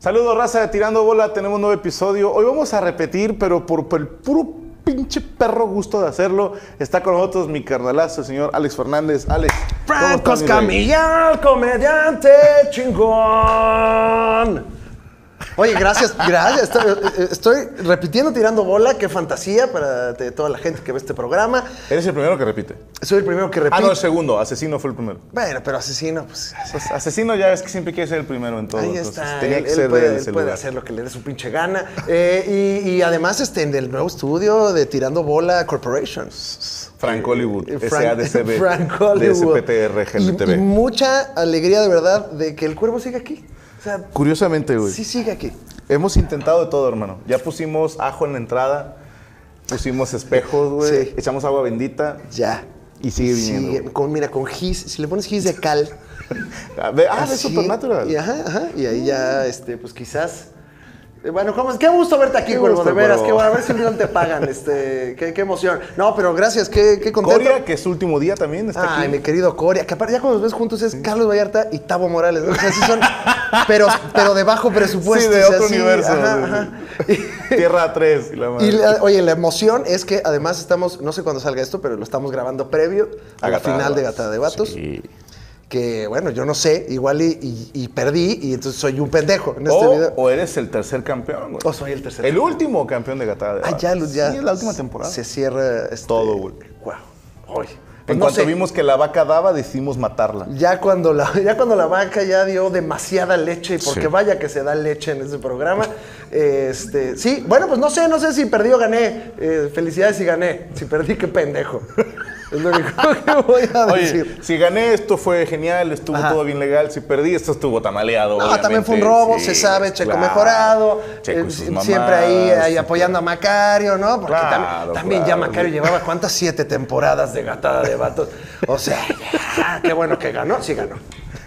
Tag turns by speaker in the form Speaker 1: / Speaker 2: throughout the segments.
Speaker 1: Saludos, raza de Tirando Bola. Tenemos nuevo episodio. Hoy vamos a repetir, pero por, por el puro pinche perro gusto de hacerlo. Está con nosotros mi carnalazo, el señor Alex Fernández. Alex. ¿cómo
Speaker 2: Franco
Speaker 1: estás, mi rey?
Speaker 2: Escamilla, el comediante chingón. Oye, gracias, gracias. Estoy, estoy repitiendo tirando bola, qué fantasía para de toda la gente que ve este programa.
Speaker 1: Eres el primero que repite.
Speaker 2: Soy el primero que
Speaker 1: Ah,
Speaker 2: repite.
Speaker 1: no, el segundo. Asesino fue el primero.
Speaker 2: Bueno, pero asesino, pues
Speaker 1: Pues, asesino ya es que siempre quiere ser el primero en todo.
Speaker 2: ahí
Speaker 1: entonces,
Speaker 2: está.
Speaker 1: tenía
Speaker 2: Él,
Speaker 1: que
Speaker 2: él
Speaker 1: ser de
Speaker 2: puede,
Speaker 1: él
Speaker 2: él
Speaker 1: ese
Speaker 2: puede
Speaker 1: lugar.
Speaker 2: hacer lo que le dé su pinche gana. Eh, y, y además, este, en el nuevo estudio de Tirando Bola Corporations.
Speaker 1: Frank Hollywood.
Speaker 2: Eh, Frank-
Speaker 1: SADCB.
Speaker 2: Frank Hollywood.
Speaker 1: DSPTR,
Speaker 2: Y, y
Speaker 1: GLTV.
Speaker 2: mucha alegría de verdad de que el cuervo siga aquí. O sea,
Speaker 1: Curiosamente, güey.
Speaker 2: sí sigue aquí.
Speaker 1: Hemos intentado de todo, hermano. Ya pusimos ajo en la entrada. Pusimos espejos, güey.
Speaker 2: Sí.
Speaker 1: Echamos agua bendita.
Speaker 2: Ya.
Speaker 1: Y sigue viniendo.
Speaker 2: Sigue. Con, mira, con gis, si le pones gis de cal.
Speaker 1: Ah, de, ah, de
Speaker 2: así,
Speaker 1: Supernatural. Mm.
Speaker 2: Y, ajá, ajá, y ahí ya, este, pues quizás. eh, Bueno, ¿cómo es? qué gusto verte aquí,
Speaker 1: Qué
Speaker 2: Cuervo,
Speaker 1: gusto,
Speaker 2: de veras,
Speaker 1: Cuervo.
Speaker 2: qué bueno, a ver si al final te pagan, este, qué, qué emoción. No, pero gracias, qué, qué contento.
Speaker 1: Coria, que es su último día también, está
Speaker 2: Ay,
Speaker 1: aquí.
Speaker 2: mi querido Coria, que aparte ya cuando los ves juntos es Carlos Vallarta y Tavo Morales, ¿no? O sea, sí son, pero, pero de bajo presupuesto.
Speaker 1: Sí, de
Speaker 2: o sea,
Speaker 1: otro universo.
Speaker 2: ajá, ajá.
Speaker 1: Tierra 3 y la madre.
Speaker 2: Y la- oye, la emoción es que además estamos, no sé cuándo salga esto, pero lo estamos grabando previo a la
Speaker 1: Gatada
Speaker 2: final de
Speaker 1: Vatos.
Speaker 2: Gatada de Vatos.
Speaker 1: Sí.
Speaker 2: Que bueno, yo no sé, igual y, y- y perdí y entonces soy un pendejo en este
Speaker 1: o,
Speaker 2: video.
Speaker 1: o eres el tercer campeón, güey.
Speaker 2: O soy el tercer
Speaker 1: El
Speaker 2: campeón.
Speaker 1: último campeón de Gatada. de
Speaker 2: Ah, ya,
Speaker 1: Vatos.
Speaker 2: Luz, ya.
Speaker 1: Sí, es la última temporada.
Speaker 2: Se cierra este, Pues
Speaker 1: Todo, güey.
Speaker 2: Wow. Hoy.
Speaker 1: en cuanto vimos que la vaca daba, decidimos matarla.
Speaker 2: Ya cuando, la, ya cuando la vaca ya dio demasiada leche, y porque
Speaker 1: Sí.
Speaker 2: vaya que se da leche en ese programa. Este, sí, bueno, pues no sé, no sé si perdí o gané. Eh, felicidades si gané. Si perdí, qué pendejo. Es lo único que voy a decir.
Speaker 1: Oye, si gané esto fue genial, estuvo
Speaker 2: Ajá.
Speaker 1: todo bien legal. Si perdí, esto estuvo tamaleado.
Speaker 2: No,
Speaker 1: obviamente.
Speaker 2: también fue un robo,
Speaker 1: Sí,
Speaker 2: se sabe, Checo
Speaker 1: claro.
Speaker 2: mejorado,
Speaker 1: Checo y
Speaker 2: eh,
Speaker 1: sus
Speaker 2: sie-
Speaker 1: mamás,
Speaker 2: siempre ahí, ahí
Speaker 1: sí,
Speaker 2: apoyando a Macario, ¿no? Porque tam-
Speaker 1: Claro,
Speaker 2: también, ya
Speaker 1: claro.
Speaker 2: Macario llevaba cuántas siete temporadas de gatada de vatos. O sea, ya, qué bueno que ganó, sí ganó.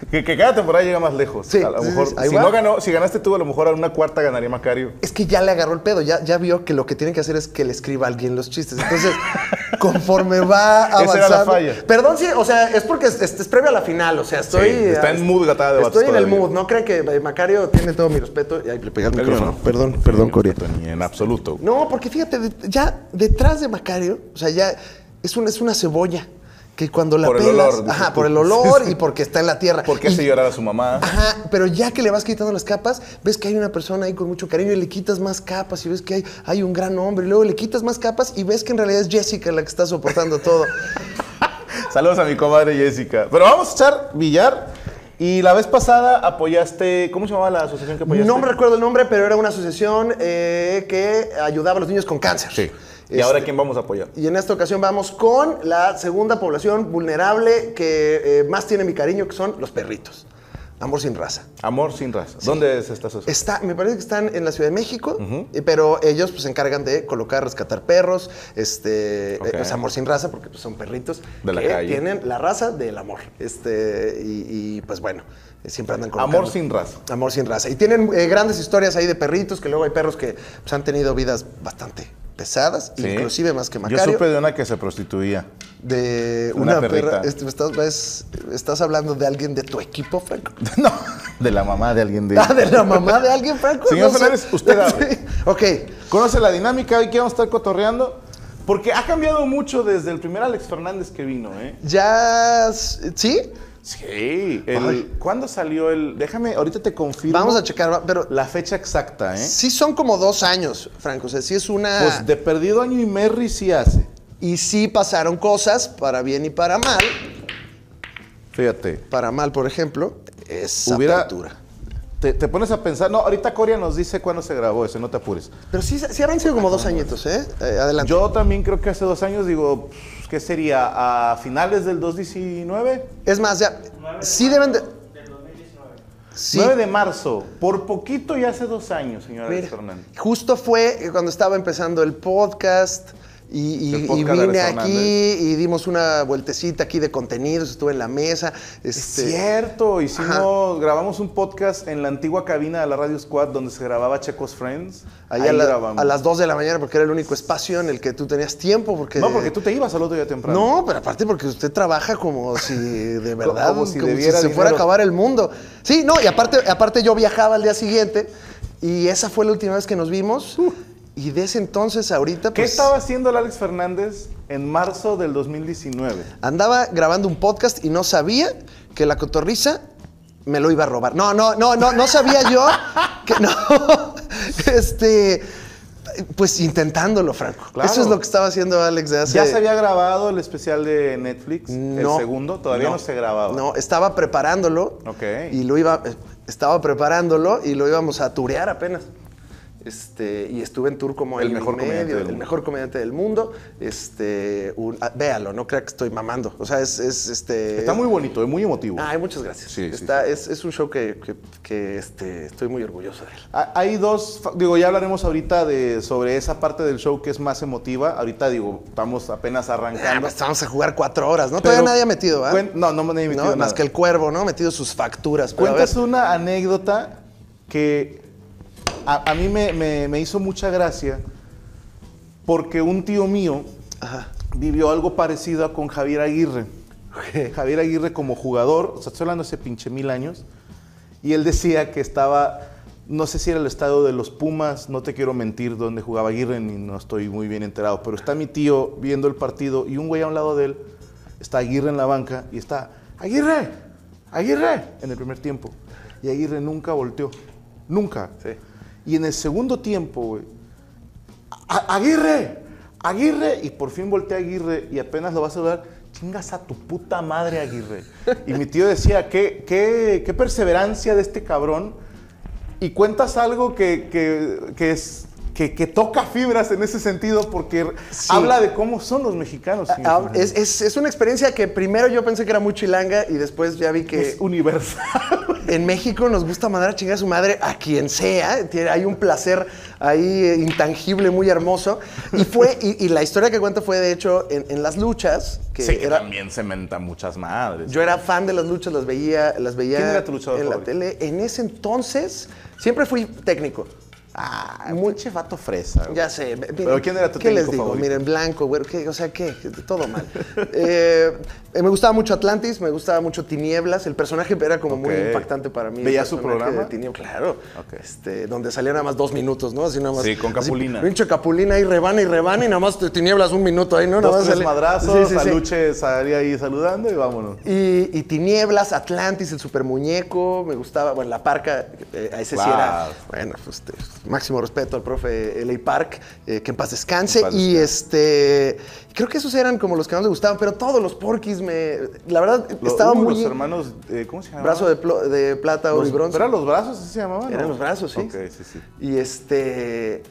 Speaker 1: Que, que cada temporada llega más lejos.
Speaker 2: Sí,
Speaker 1: a lo
Speaker 2: sí,
Speaker 1: mejor,
Speaker 2: sí, ahí
Speaker 1: si
Speaker 2: va.
Speaker 1: no ganó, si ganaste tú, a lo mejor a una cuarta ganaría Macario.
Speaker 2: Es que ya le agarró el pedo, ya, ya vio que lo que tienen que hacer es que le escriba a alguien los chistes. Entonces, conforme va
Speaker 1: Esa era
Speaker 2: avanzando.
Speaker 1: la falla.
Speaker 2: Perdón, sí, o sea, es porque es, es- es previo a la final, o sea, estoy.
Speaker 1: Sí, está en
Speaker 2: es-
Speaker 1: mood gatada de vatos
Speaker 2: Estoy en el
Speaker 1: todavía.
Speaker 2: mood, no crean que eh, Macario tiene todo mi respeto. Y ahí le pegué al
Speaker 1: El
Speaker 2: micrófono.
Speaker 1: mío no. pues,
Speaker 2: Perdón, perdón, Coria.
Speaker 1: Ni en absoluto.
Speaker 2: No, porque fíjate, de- ya detrás de Macario, o sea, ya es una, es una cebolla que cuando la
Speaker 1: Por el
Speaker 2: pelas-
Speaker 1: olor, dices
Speaker 2: ajá,
Speaker 1: tú.
Speaker 2: por el olor y porque está en la tierra.
Speaker 1: Porque
Speaker 2: Y-
Speaker 1: hace llorar a su mamá.
Speaker 2: Ajá, pero ya que le vas quitando las capas, ves que hay una persona ahí con mucho cariño y le quitas más capas y ves que hay, hay un gran hombre y luego le quitas más capas y ves que en realidad es Jessica la que está soportando todo.
Speaker 1: Saludos a mi comadre Jessica. Pero vamos a echar billar. Y la vez pasada apoyaste. ¿Cómo se llamaba la asociación que apoyaste?
Speaker 2: No me recuerdo el nombre, pero era una asociación eh, que ayudaba a los niños con cáncer.
Speaker 1: Sí. ¿Y
Speaker 2: Este,
Speaker 1: ahora quién vamos a apoyar?
Speaker 2: Y en esta ocasión vamos con la segunda población vulnerable que eh, más tiene mi cariño, que son los perritos. Amor sin raza.
Speaker 1: Amor sin raza. ¿Dónde es esta asociación?
Speaker 2: Está, me parece que están en la Ciudad de México, eh, pero ellos pues, se encargan de colocar, rescatar perros, este, eh,
Speaker 1: Ok.
Speaker 2: pues, amor sin raza, porque pues, son perritos
Speaker 1: De la
Speaker 2: que
Speaker 1: calle.
Speaker 2: tienen la raza del amor. Este, y, y, pues bueno, eh, siempre andan con
Speaker 1: Amor sin raza.
Speaker 2: Amor sin raza. Y tienen eh, grandes historias ahí de perritos, que luego hay perros que pues, han tenido vidas bastante pesadas,
Speaker 1: Sí.
Speaker 2: inclusive más que
Speaker 1: Yo
Speaker 2: Macario.
Speaker 1: supe de una que se prostituía.
Speaker 2: De
Speaker 1: Una
Speaker 2: una,
Speaker 1: perrita.
Speaker 2: perra. Este, ¿me estás, ves- ¿Estás hablando de alguien de tu equipo, Franco?
Speaker 1: no, de la mamá de alguien de.
Speaker 2: Ah, de la mamá de alguien, Franco.
Speaker 1: Señor
Speaker 2: sé.
Speaker 1: Fernández, usted hable.
Speaker 2: Sí. Ok.
Speaker 1: Conoce la dinámica, hoy que vamos a estar cotorreando. Porque ha cambiado mucho desde el primer Alex Fernández que vino, ¿eh?
Speaker 2: Ya. s- ¿Sí?
Speaker 1: Sí.
Speaker 2: Ay.
Speaker 1: ¿Cuándo salió el.? Déjame, ahorita te confirmo.
Speaker 2: Vamos a checar, va- pero.
Speaker 1: La fecha exacta, ¿eh?
Speaker 2: Sí son como dos años, Franco. O sea, sí es una.
Speaker 1: Pues de perdido año y Merry sí hace.
Speaker 2: Y sí pasaron cosas, para bien y para mal.
Speaker 1: Fíjate.
Speaker 2: Para mal, por ejemplo, es
Speaker 1: hubiera.
Speaker 2: apertura.
Speaker 1: Te, te pones a pensar. No, ahorita Coria nos dice cuándo se grabó eso, no te apures.
Speaker 2: Pero sí, sí habrán sido como dos añitos, ¿eh? Eh, adelante.
Speaker 1: Yo también creo que hace dos años, digo, pues, ¿qué sería? ¿A finales del 2019?
Speaker 2: Es más, ya. Sí deben de. Sí.
Speaker 1: 9 de marzo. Por poquito y hace dos años, señora Alex
Speaker 2: Mira,
Speaker 1: Fernández.
Speaker 2: justo fue cuando estaba empezando el podcast Y, y-
Speaker 1: El
Speaker 2: y
Speaker 1: podcast de
Speaker 2: vine
Speaker 1: Alex
Speaker 2: aquí
Speaker 1: Hernández.
Speaker 2: y dimos una vueltecita aquí de contenidos, estuve en la mesa. Este,
Speaker 1: Cierto, hicimos, grabamos un podcast en la antigua cabina de la Radio Squad donde se grababa Checos Friends.
Speaker 2: Ahí a, la-
Speaker 1: grabamos.
Speaker 2: a las 2 de la mañana, porque era el único espacio en el que tú tenías tiempo. Porque,
Speaker 1: No, porque tú te ibas al otro día temprano.
Speaker 2: No, pero aparte porque usted trabaja como si de verdad,
Speaker 1: Como
Speaker 2: como
Speaker 1: si
Speaker 2: si,
Speaker 1: debiera
Speaker 2: se
Speaker 1: dinero.
Speaker 2: fuera a acabar el mundo. Sí, no, y aparte, aparte yo viajaba al día siguiente y esa fue la última vez que nos vimos. Y de ese entonces a ahorita,
Speaker 1: Uh. ¿Qué
Speaker 2: pues,
Speaker 1: estaba haciendo el Alex Fernández en marzo del 2019?
Speaker 2: andaba grabando un podcast y no sabía que la cotorriza me lo iba a robar. No, no, no, no, no sabía yo que no. Este, pues intentándolo, Franco.
Speaker 1: Claro.
Speaker 2: Eso es lo que estaba haciendo Alex de hace. Mm,
Speaker 1: ¿Ya se había grabado el especial de Netflix?
Speaker 2: No.
Speaker 1: el segundo, todavía no, se grababa.
Speaker 2: No, estaba preparándolo.
Speaker 1: Ok.
Speaker 2: Y lo iba, estaba preparándolo y lo íbamos a turear apenas. Este, y estuve en tour como
Speaker 1: El
Speaker 2: año y
Speaker 1: mejor comediante del
Speaker 2: el
Speaker 1: mundo.
Speaker 2: mejor comediante del mundo. Este, un- ah, véalo, no crea que estoy mamando. O sea, es, es, este.
Speaker 1: Está muy bonito, es muy emotivo.
Speaker 2: Ay, muchas gracias.
Speaker 1: Sí, sí,
Speaker 2: Está- Es, es un show que, que- que, este, estoy muy orgulloso de él.
Speaker 1: Ha- Hay dos, fa- digo, ya hablaremos ahorita de sobre esa parte del show que es más emotiva. Ahorita, digo, estamos apenas
Speaker 2: Ah,
Speaker 1: arrancando.
Speaker 2: pues vamos a jugar cuatro horas, ¿no? Todavía
Speaker 1: Pero
Speaker 2: nadie ha metido, ¿ah?
Speaker 1: cuen- No, no nadie ha metido
Speaker 2: No, Más
Speaker 1: nada.
Speaker 2: que el cuervo, ¿no? Metido sus facturas. pero a
Speaker 1: Cuentas
Speaker 2: ver.
Speaker 1: una anécdota que a, a mí me, me- me hizo mucha gracia porque un tío mío
Speaker 2: Ajá.
Speaker 1: vivió algo parecido a con Javier Aguirre.
Speaker 2: Ok.
Speaker 1: Javier Aguirre como jugador, o sea, estoy hablando hace pinche mil años, y él decía que estaba, no sé si era el estado de los Pumas, no te quiero mentir, donde jugaba Aguirre, ni no estoy muy bien enterado, pero está mi tío viendo el partido y un güey a un lado de él, está Aguirre en la banca y está, Aguirre, Aguirre, en el primer tiempo. Y Aguirre nunca volteó, nunca.
Speaker 2: Sí.
Speaker 1: Y en el segundo tiempo, güey, "A- Aguirre, Aguirre, y por fin voltea a Aguirre y apenas lo va a saludar, chingas a tu puta madre Aguirre. Y mi tío decía, qué, qué, qué perseverancia de este cabrón. Y cuentas algo que, que- que es... Que, que toca fibras en ese sentido porque
Speaker 2: Sí.
Speaker 1: habla de cómo son los mexicanos. señor
Speaker 2: Ah,
Speaker 1: Fernández.
Speaker 2: es, es- es una experiencia que primero yo pensé que era muy chilanga y después ya vi que
Speaker 1: Es universal.
Speaker 2: en México nos gusta mandar a chingar a su madre a quien sea. Tiene- hay un placer ahí eh, intangible, muy hermoso. Y fue, y, y la historia que cuento fue de hecho en, en las luchas, que
Speaker 1: Sí, que
Speaker 2: era-
Speaker 1: también cementa muchas madres.
Speaker 2: yo era fan de las luchas, las veía, las veía
Speaker 1: ¿Quién era tu luchador
Speaker 2: en la
Speaker 1: favorito?
Speaker 2: tele. En ese entonces siempre fui técnico.
Speaker 1: ah, mucho vato fresa. güey.
Speaker 2: Ya sé. m-
Speaker 1: Pero ¿quién era tu
Speaker 2: ¿Qué les
Speaker 1: técnico
Speaker 2: digo?
Speaker 1: favorito?
Speaker 2: Miren, blanco, güero, ¿qué? o sea, ¿qué? Todo mal. Eh, eh, me gustaba mucho Atlantis, me gustaba mucho Tinieblas. El personaje era como
Speaker 1: Ok.
Speaker 2: muy impactante para mí. el
Speaker 1: ¿Veías su
Speaker 2: personaje
Speaker 1: programa?
Speaker 2: de Tinieblas, claro.
Speaker 1: Ok.
Speaker 2: Este, donde salía nada más dos minutos, ¿no? Así nada más.
Speaker 1: Sí, con
Speaker 2: así,
Speaker 1: Capulina.
Speaker 2: Pinche Capulina ahí rebana y rebana y nada más te- Tinieblas un minuto ahí, ¿no? Nada
Speaker 1: Dos,
Speaker 2: más
Speaker 1: tres
Speaker 2: sale-
Speaker 1: madrazos,
Speaker 2: Sí, sí, sí.
Speaker 1: Aluche salía ahí saludando y vámonos.
Speaker 2: Y, y Tinieblas, Atlantis, el super muñeco, me gustaba, bueno, la parca, eh, a ese sí era,
Speaker 1: Wow.
Speaker 2: bueno, este, máximo respeto al profe L.A. Park, eh, que en paz descanse,
Speaker 1: En paz
Speaker 2: y este, creo que esos eran como los que más me gustaban, pero todos los porquis me, la verdad,
Speaker 1: Lo-
Speaker 2: estaba
Speaker 1: uh,
Speaker 2: muy,
Speaker 1: Los hermanos, eh, ¿cómo se llamaban?
Speaker 2: brazo de, plo- de plata, oro y
Speaker 1: los,
Speaker 2: bronce.
Speaker 1: ¿Eran los brazos? ¿Así se llamaban?
Speaker 2: Eran
Speaker 1: ¿no?
Speaker 2: los brazos, sí.
Speaker 1: Ok, sí, sí.
Speaker 2: Y este.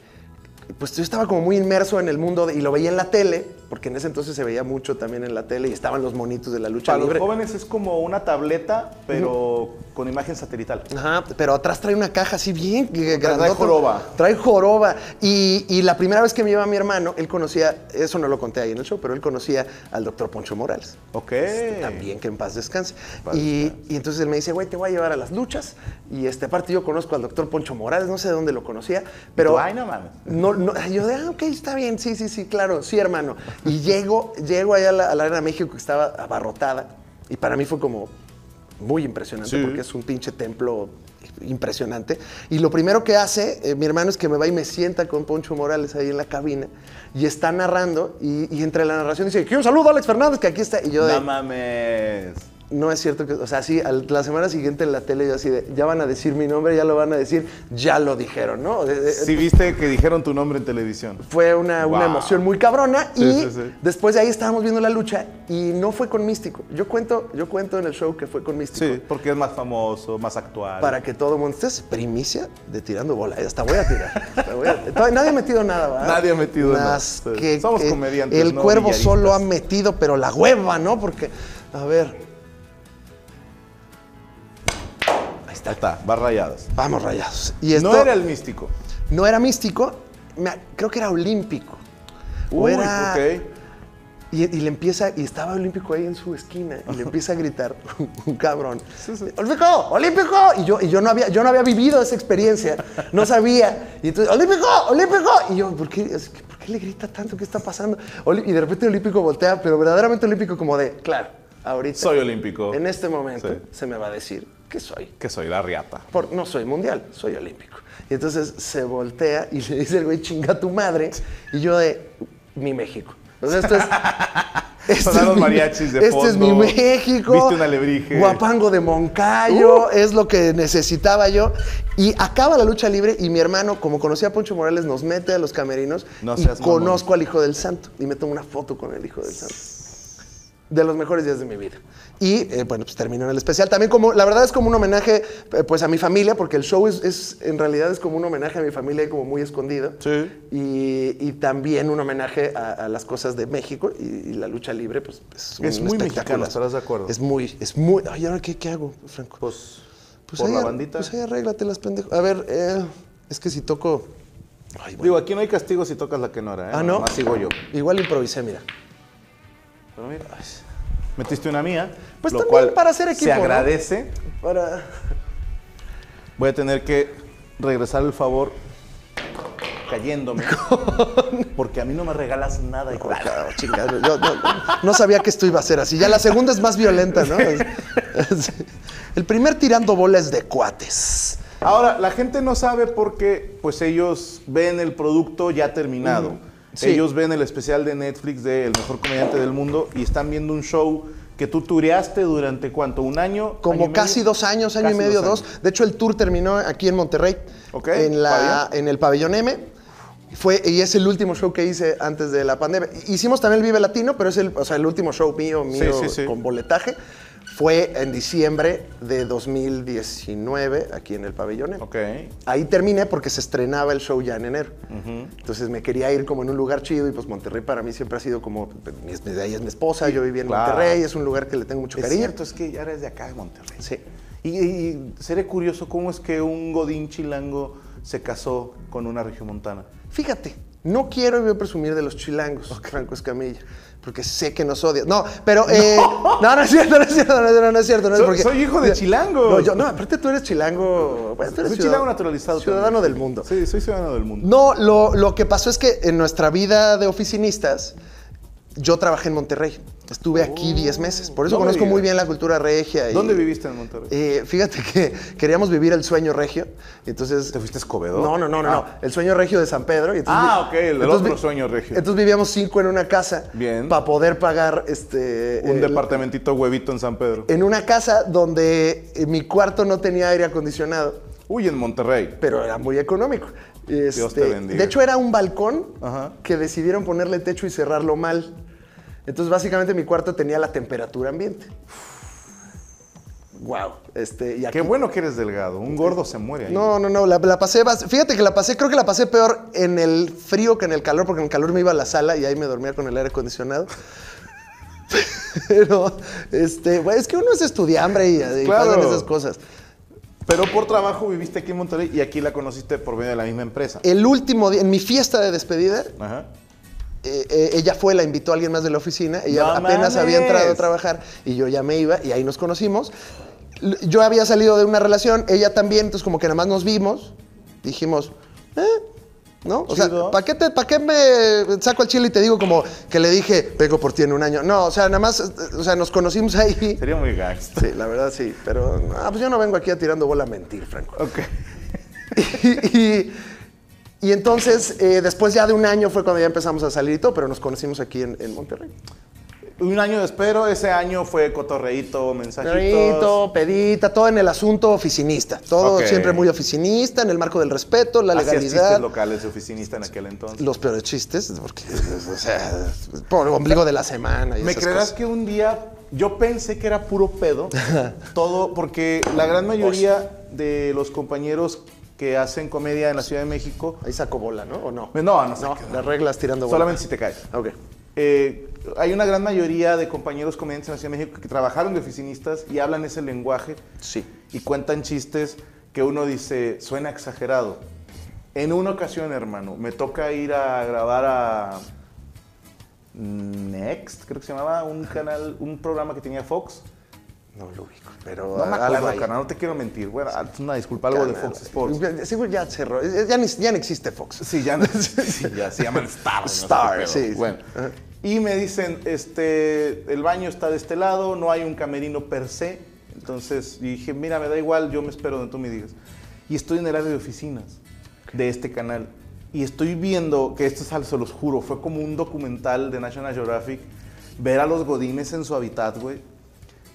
Speaker 2: Pues yo estaba como muy inmerso en el mundo de- y lo veía en la tele, porque en ese entonces se veía mucho también en la tele y estaban los monitos de la lucha
Speaker 1: Para los
Speaker 2: libre.
Speaker 1: jóvenes es como una tableta, pero con imagen satelital.
Speaker 2: Ajá, pero atrás trae una caja así bien
Speaker 1: Trae
Speaker 2: eh, grandota.
Speaker 1: joroba.
Speaker 2: Trae joroba. Y, y la primera vez que me lleva mi hermano, él conocía, eso no lo conté ahí en el show, pero él conocía al doctor Poncho Morales.
Speaker 1: Ok.
Speaker 2: Este, también que en paz descanse.
Speaker 1: paz
Speaker 2: y, y entonces él me dice, güey, te voy a llevar a las luchas. Y este, aparte yo conozco al doctor Poncho Morales, no sé de dónde lo conocía, pero...
Speaker 1: Tú, "Ay, no mames".
Speaker 2: No, no, yo de, ah, ok, está bien, sí, sí, sí, claro, sí, hermano. Y llego, llego allá a la, a la Arena México que estaba abarrotada y para mí fue como muy impresionante
Speaker 1: Sí.
Speaker 2: porque es un pinche templo impresionante. Y lo primero que hace eh, mi hermano es que me va y me sienta con Poncho Morales ahí en la cabina y está narrando y, y entre la narración dice, que un saludo a Alex Fernández que aquí está. Y yo de, Eh,
Speaker 1: No mames.
Speaker 2: no es cierto que, o sea, sí, al- la semana siguiente en la tele yo así de, ya van a decir mi nombre, ya lo van a decir, ya lo dijeron, ¿no? Eh, De- de-
Speaker 1: Sí viste que dijeron tu nombre en televisión.
Speaker 2: fue una, una
Speaker 1: Wow.
Speaker 2: emoción muy cabrona
Speaker 1: Sí,
Speaker 2: y
Speaker 1: sí, sí.
Speaker 2: después de ahí estábamos viendo la lucha y no fue con Místico. Yo cuento, yo cuento en el show que fue con Místico.
Speaker 1: Sí, porque es más famoso, más actual.
Speaker 2: Para que todo el mundo... Esta es primicia de tirando bola. Hasta voy a tirar. hasta voy a- Todavía nadie ha metido nada, ¿verdad?
Speaker 1: Nadie ha metido nada.
Speaker 2: Más
Speaker 1: Sí.
Speaker 2: que
Speaker 1: Somos
Speaker 2: que
Speaker 1: comediantes,
Speaker 2: El
Speaker 1: no
Speaker 2: cuervo solo ha
Speaker 1: villaristas.
Speaker 2: metido, pero la hueva, ¿no? Porque, a ver,
Speaker 1: Ahí está. Está, va rayadas.
Speaker 2: vamos rayados. Y esto,
Speaker 1: No era el místico.
Speaker 2: no era místico, me- creo que era olímpico. o
Speaker 1: Uy,
Speaker 2: era-
Speaker 1: ok.
Speaker 2: Y, y le empieza, y estaba Olímpico ahí en su esquina, y le empieza a gritar un cabrón. ¡Olímpico! ¡Olímpico! Y yo, y yo no había, yo no había vivido esa experiencia. No sabía. Y entonces, ¡Olímpico! ¡Olímpico! Y yo, ¿por qué, es que, ¿por qué le grita tanto? ¿Qué está pasando? Oli- y de repente Olímpico voltea, pero verdaderamente Olímpico como de, claro, ahorita.
Speaker 1: Soy olímpico.
Speaker 2: En este momento
Speaker 1: Sí.
Speaker 2: se me va a decir que soy
Speaker 1: Que soy la riata.
Speaker 2: por- no soy mundial, soy olímpico. Y entonces se voltea y le dice el güey, chinga tu madre. Y yo de, mi México. O sea, esto es... esto
Speaker 1: Sonaron
Speaker 2: mi-
Speaker 1: mariachis de
Speaker 2: Esto es mi
Speaker 1: fondo.
Speaker 2: México.
Speaker 1: Viste un alebrije. Uh.
Speaker 2: Guapango de Moncayo. Es lo que necesitaba yo. Y acaba la lucha libre y mi hermano, como conocía a Poncho Morales, nos mete a los camerinos.
Speaker 1: No
Speaker 2: y
Speaker 1: seas mamón.
Speaker 2: conozco al hijo del santo. Y me tomo una foto con el hijo del santo de los mejores días de mi vida. Y eh, bueno, pues terminó en el especial. También como, la verdad es como un homenaje eh, pues a mi familia, porque el show es, es- en realidad es como un homenaje a mi familia y como muy escondido.
Speaker 1: Sí.
Speaker 2: Y, y también un homenaje a, a las cosas de México y, y la lucha libre, pues es, un
Speaker 1: Es muy
Speaker 2: espectáculo.
Speaker 1: mexicana, ¿estarás de acuerdo?
Speaker 2: Es muy, es muy... Ay, ¿ahora qué, qué hago, Franco?
Speaker 1: Pues,
Speaker 2: Pues
Speaker 1: por
Speaker 2: ahí
Speaker 1: la
Speaker 2: ar-
Speaker 1: bandita.
Speaker 2: Pues ahí arréglate las pendejas. A ver, eh, es que si toco... Ay, bueno.
Speaker 1: Digo, aquí no hay castigo si tocas la que no era, ¿eh?
Speaker 2: ah, ¿no?
Speaker 1: Más sigo yo.
Speaker 2: Igual improvisé, mira.
Speaker 1: Pero mira, metiste una mía.
Speaker 2: Pues
Speaker 1: lo
Speaker 2: también
Speaker 1: cual
Speaker 2: para hacer equipo,
Speaker 1: Se
Speaker 2: ¿no?
Speaker 1: agradece.
Speaker 2: Para...
Speaker 1: Voy a tener que regresar el favor cayéndome. Porque a mí no me regalas nada, hijo de-
Speaker 2: Claro, chingada, yo- yo- no sabía que esto iba a ser así. Ya la segunda es más violenta, ¿no? Es- El primer tirando bolas de cuates.
Speaker 1: Ahora, la gente no sabe porque pues ellos ven el producto ya terminado.
Speaker 2: sí.
Speaker 1: Ellos ven el especial de Netflix de El Mejor Comediante del Mundo y están viendo un show que tú tureaste durante cuánto, un año. año y
Speaker 2: Como
Speaker 1: medio?
Speaker 2: casi dos años, año
Speaker 1: Casi
Speaker 2: y medio, dos.
Speaker 1: años.
Speaker 2: De hecho, el tour terminó aquí en Monterrey,
Speaker 1: Ok,
Speaker 2: en, la,
Speaker 1: pabellón.
Speaker 2: en el pabellón M. Fue, y es el último show que hice antes de la pandemia. Hicimos también el Vive Latino, pero es el, o sea, el último show mío, mío
Speaker 1: sí, sí.
Speaker 2: con boletaje. Fue en diciembre de 2019, aquí en el pabellón M.
Speaker 1: Ok.
Speaker 2: Ahí terminé porque se estrenaba el show ya en enero. Entonces me quería ir como en un lugar chido y pues Monterrey para mí siempre ha sido como, pues, mi- mi- de ahí es mi esposa, yo viví en
Speaker 1: Claro.
Speaker 2: Monterrey, es un lugar que le tengo mucho
Speaker 1: Es
Speaker 2: cariño.
Speaker 1: cierto, es que ya eres de acá, de Monterrey.
Speaker 2: Sí.
Speaker 1: Y, y- y seré curioso cómo es que un godín chilango se casó con una regiomontana.
Speaker 2: Fíjate, no quiero yo presumir de los chilangos, Franco Escamilla, porque sé que nos odias. No, pero... eh, no. no, es cierto, no es cierto, no es cierto. No es cierto no es
Speaker 1: Soy-
Speaker 2: porque-
Speaker 1: soy hijo de chilangos.
Speaker 2: No, yo, no, aparte tú eres chilango... bueno, tú eres
Speaker 1: Soy
Speaker 2: ciudadano-
Speaker 1: chilango naturalizado.
Speaker 2: Ciudadano
Speaker 1: también.
Speaker 2: del mundo.
Speaker 1: Sí, soy ciudadano del mundo.
Speaker 2: No, lo, lo que pasó es que en nuestra vida de oficinistas, yo trabajé en Monterrey. Estuve aquí 10 meses. Por eso
Speaker 1: no me
Speaker 2: conozco
Speaker 1: digas.
Speaker 2: muy bien la cultura regia. y-
Speaker 1: Oh, ¿Dónde viviste en Monterrey?
Speaker 2: Eh, fíjate que queríamos vivir el sueño regio. y Entonces.
Speaker 1: ¿Te fuiste a Escobedo?
Speaker 2: No, no, no, no, no. El sueño regio de San Pedro. y entonces
Speaker 1: Ah,
Speaker 2: vi-
Speaker 1: ok, el
Speaker 2: entonces
Speaker 1: otro
Speaker 2: vi-
Speaker 1: sueño regio.
Speaker 2: Entonces vivíamos cinco en una casa.
Speaker 1: Bien.
Speaker 2: Para poder pagar este.
Speaker 1: Un
Speaker 2: eh,
Speaker 1: departamentito huevito en San Pedro.
Speaker 2: En una casa donde eh, mi cuarto no tenía aire acondicionado
Speaker 1: Uy, en Monterrey.
Speaker 2: pero era muy económico. Este,
Speaker 1: te bendiga.
Speaker 2: De hecho, era un balcón
Speaker 1: Ajá.
Speaker 2: que decidieron ponerle techo y cerrarlo mal. Entonces, básicamente, mi cuarto tenía la temperatura ambiente. Wow. Este, y aquí-
Speaker 1: Qué
Speaker 2: Eh,
Speaker 1: bueno que eres delgado. Un gordo se muere ahí.
Speaker 2: No, no, no, la, la pasé, bas- fíjate que la pasé, creo que la pasé peor en el frío que en el calor, porque en el calor me iba a la sala y ahí me dormía con el aire acondicionado. Pero, este, güey, es que uno es estudiambre y, y
Speaker 1: Claro.
Speaker 2: pasan esas cosas.
Speaker 1: Pero por trabajo viviste aquí en Monterrey y aquí la conociste por medio de la misma empresa.
Speaker 2: El último día, en mi fiesta de despedida,
Speaker 1: Ajá.
Speaker 2: eh, eh, ella fue, la invitó a alguien más de la oficina, ella
Speaker 1: ¡No
Speaker 2: apenas había
Speaker 1: mames!
Speaker 2: entrado a trabajar y yo ya me iba y ahí nos conocimos. L- Yo había salido de una relación, ella también, entonces como que nada más nos vimos, dijimos, eh, ¿no? O sea,
Speaker 1: Chido.
Speaker 2: ¿para qué, te- pa' qué me saco el chile y te digo como que le dije, vengo por ti en un año? No, o sea, nada más, eh, o sea, nos conocimos ahí.
Speaker 1: Sería muy gangsta.
Speaker 2: Sí, la verdad sí, pero ah, pues yo no vengo aquí a tirando bola a mentir, Franco.
Speaker 1: Ok.
Speaker 2: Y, y- y entonces, eh, después ya de un año fue cuando ya empezamos a salir y todo, pero nos conocimos aquí en, en Monterrey.
Speaker 1: Un año de espero. Ese año fue cotorreíto, mensajitos.
Speaker 2: Perrito, pedita, todo en el asunto oficinista. Todo
Speaker 1: Ok.
Speaker 2: siempre muy oficinista, en el marco del respeto, la
Speaker 1: Hacías
Speaker 2: legalidad.
Speaker 1: chistes locales de oficinista en aquel entonces.
Speaker 2: Los peores chistes, porque, o sea, por el ombligo de la semana. Y
Speaker 1: ¿Me
Speaker 2: esas
Speaker 1: creerás
Speaker 2: cosas.
Speaker 1: que un día yo pensé que era puro pedo? todo, porque la gran mayoría de los compañeros que hacen comedia en la Ciudad de México, pues,
Speaker 2: Ahí saco bola, ¿no? ¿O no?
Speaker 1: No, no sé
Speaker 2: no.
Speaker 1: qué-
Speaker 2: Las reglas tirando bola.
Speaker 1: solamente si te caes.
Speaker 2: Ok.
Speaker 1: Eh, hay una gran mayoría de compañeros comediantes en la Ciudad de México que trabajaron de oficinistas y hablan ese lenguaje
Speaker 2: Sí.
Speaker 1: y cuentan chistes que uno dice, suena exagerado. En una ocasión, hermano, me toca ir a grabar a, Next, creo que se llamaba, un canal, un programa que tenía Fox.
Speaker 2: No lo ubico, pero
Speaker 1: No me
Speaker 2: a- algo
Speaker 1: acuerdo,
Speaker 2: ahí.
Speaker 1: carnal, no te quiero mentir. Bueno, ah, una disculpa, algo de
Speaker 2: Canal.
Speaker 1: Fox Sports.
Speaker 2: Seguro ya cerró. Ya ni, ya ni existe Fox.
Speaker 1: Sí, ya, sí, ya se llaman Star. no sé
Speaker 2: Star,
Speaker 1: qué pedo.
Speaker 2: sí, sí.
Speaker 1: Bueno. Y me dicen, este, el baño está de este lado, no hay un camerino per se. Entonces y dije, mira, me da igual, yo me espero donde tú me digas. Y estoy en el área de oficinas de este canal. Y estoy viendo, que esto es, se los juro, fue como un documental de National Geographic, ver a los godines en su hábitat, güey.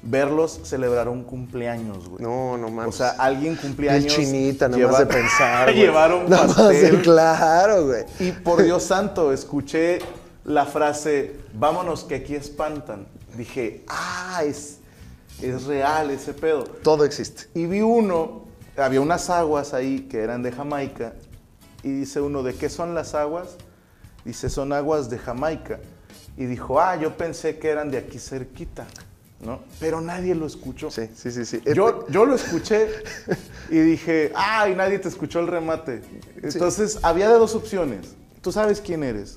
Speaker 1: Verlos celebrar un cumpleaños, güey.
Speaker 2: No, no mames.
Speaker 1: O sea, alguien
Speaker 2: Piel
Speaker 1: cumpleaños.
Speaker 2: chinita, nomás de pensar. güey.
Speaker 1: Llevaron
Speaker 2: Nada más de-
Speaker 1: pastel.
Speaker 2: claro, güey.
Speaker 1: Y por Dios santo, escuché la frase, vámonos que aquí espantan. Dije, ah, es, es real ese pedo.
Speaker 2: Todo existe.
Speaker 1: Y vi uno, había unas aguas ahí que eran de Jamaica, y dice uno, ¿de qué son las aguas? Dice, son aguas de Jamaica. Y dijo, ah, yo pensé que eran de aquí cerquita, ¿no? Pero nadie lo escuchó.
Speaker 2: Sí, sí, sí, sí. Eh,
Speaker 1: Yo, yo lo escuché y dije, ay, nadie te escuchó el remate. Entonces, había de dos opciones. Tú sabes quién eres.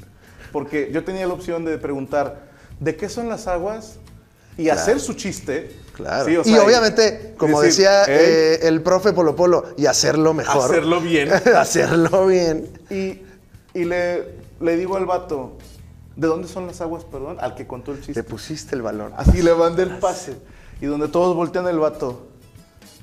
Speaker 1: Porque yo tenía la opción de preguntar, ¿de qué son las aguas? Y hacer su chiste.
Speaker 2: Claro.
Speaker 1: Sí, o
Speaker 2: y
Speaker 1: sea,
Speaker 2: obviamente, como
Speaker 1: decir,
Speaker 2: decía
Speaker 1: "Ey,
Speaker 2: eh, el profe Polo Polo, y hacerlo mejor.
Speaker 1: Hacerlo bien.
Speaker 2: hacerlo bien.
Speaker 1: Y, y le, le digo al vato, ¿de dónde son las aguas, perdón? Al que contó el
Speaker 2: Te
Speaker 1: chiste.
Speaker 2: pusiste el balón.
Speaker 1: Así le mandé el pase. Y donde todos voltean el vato.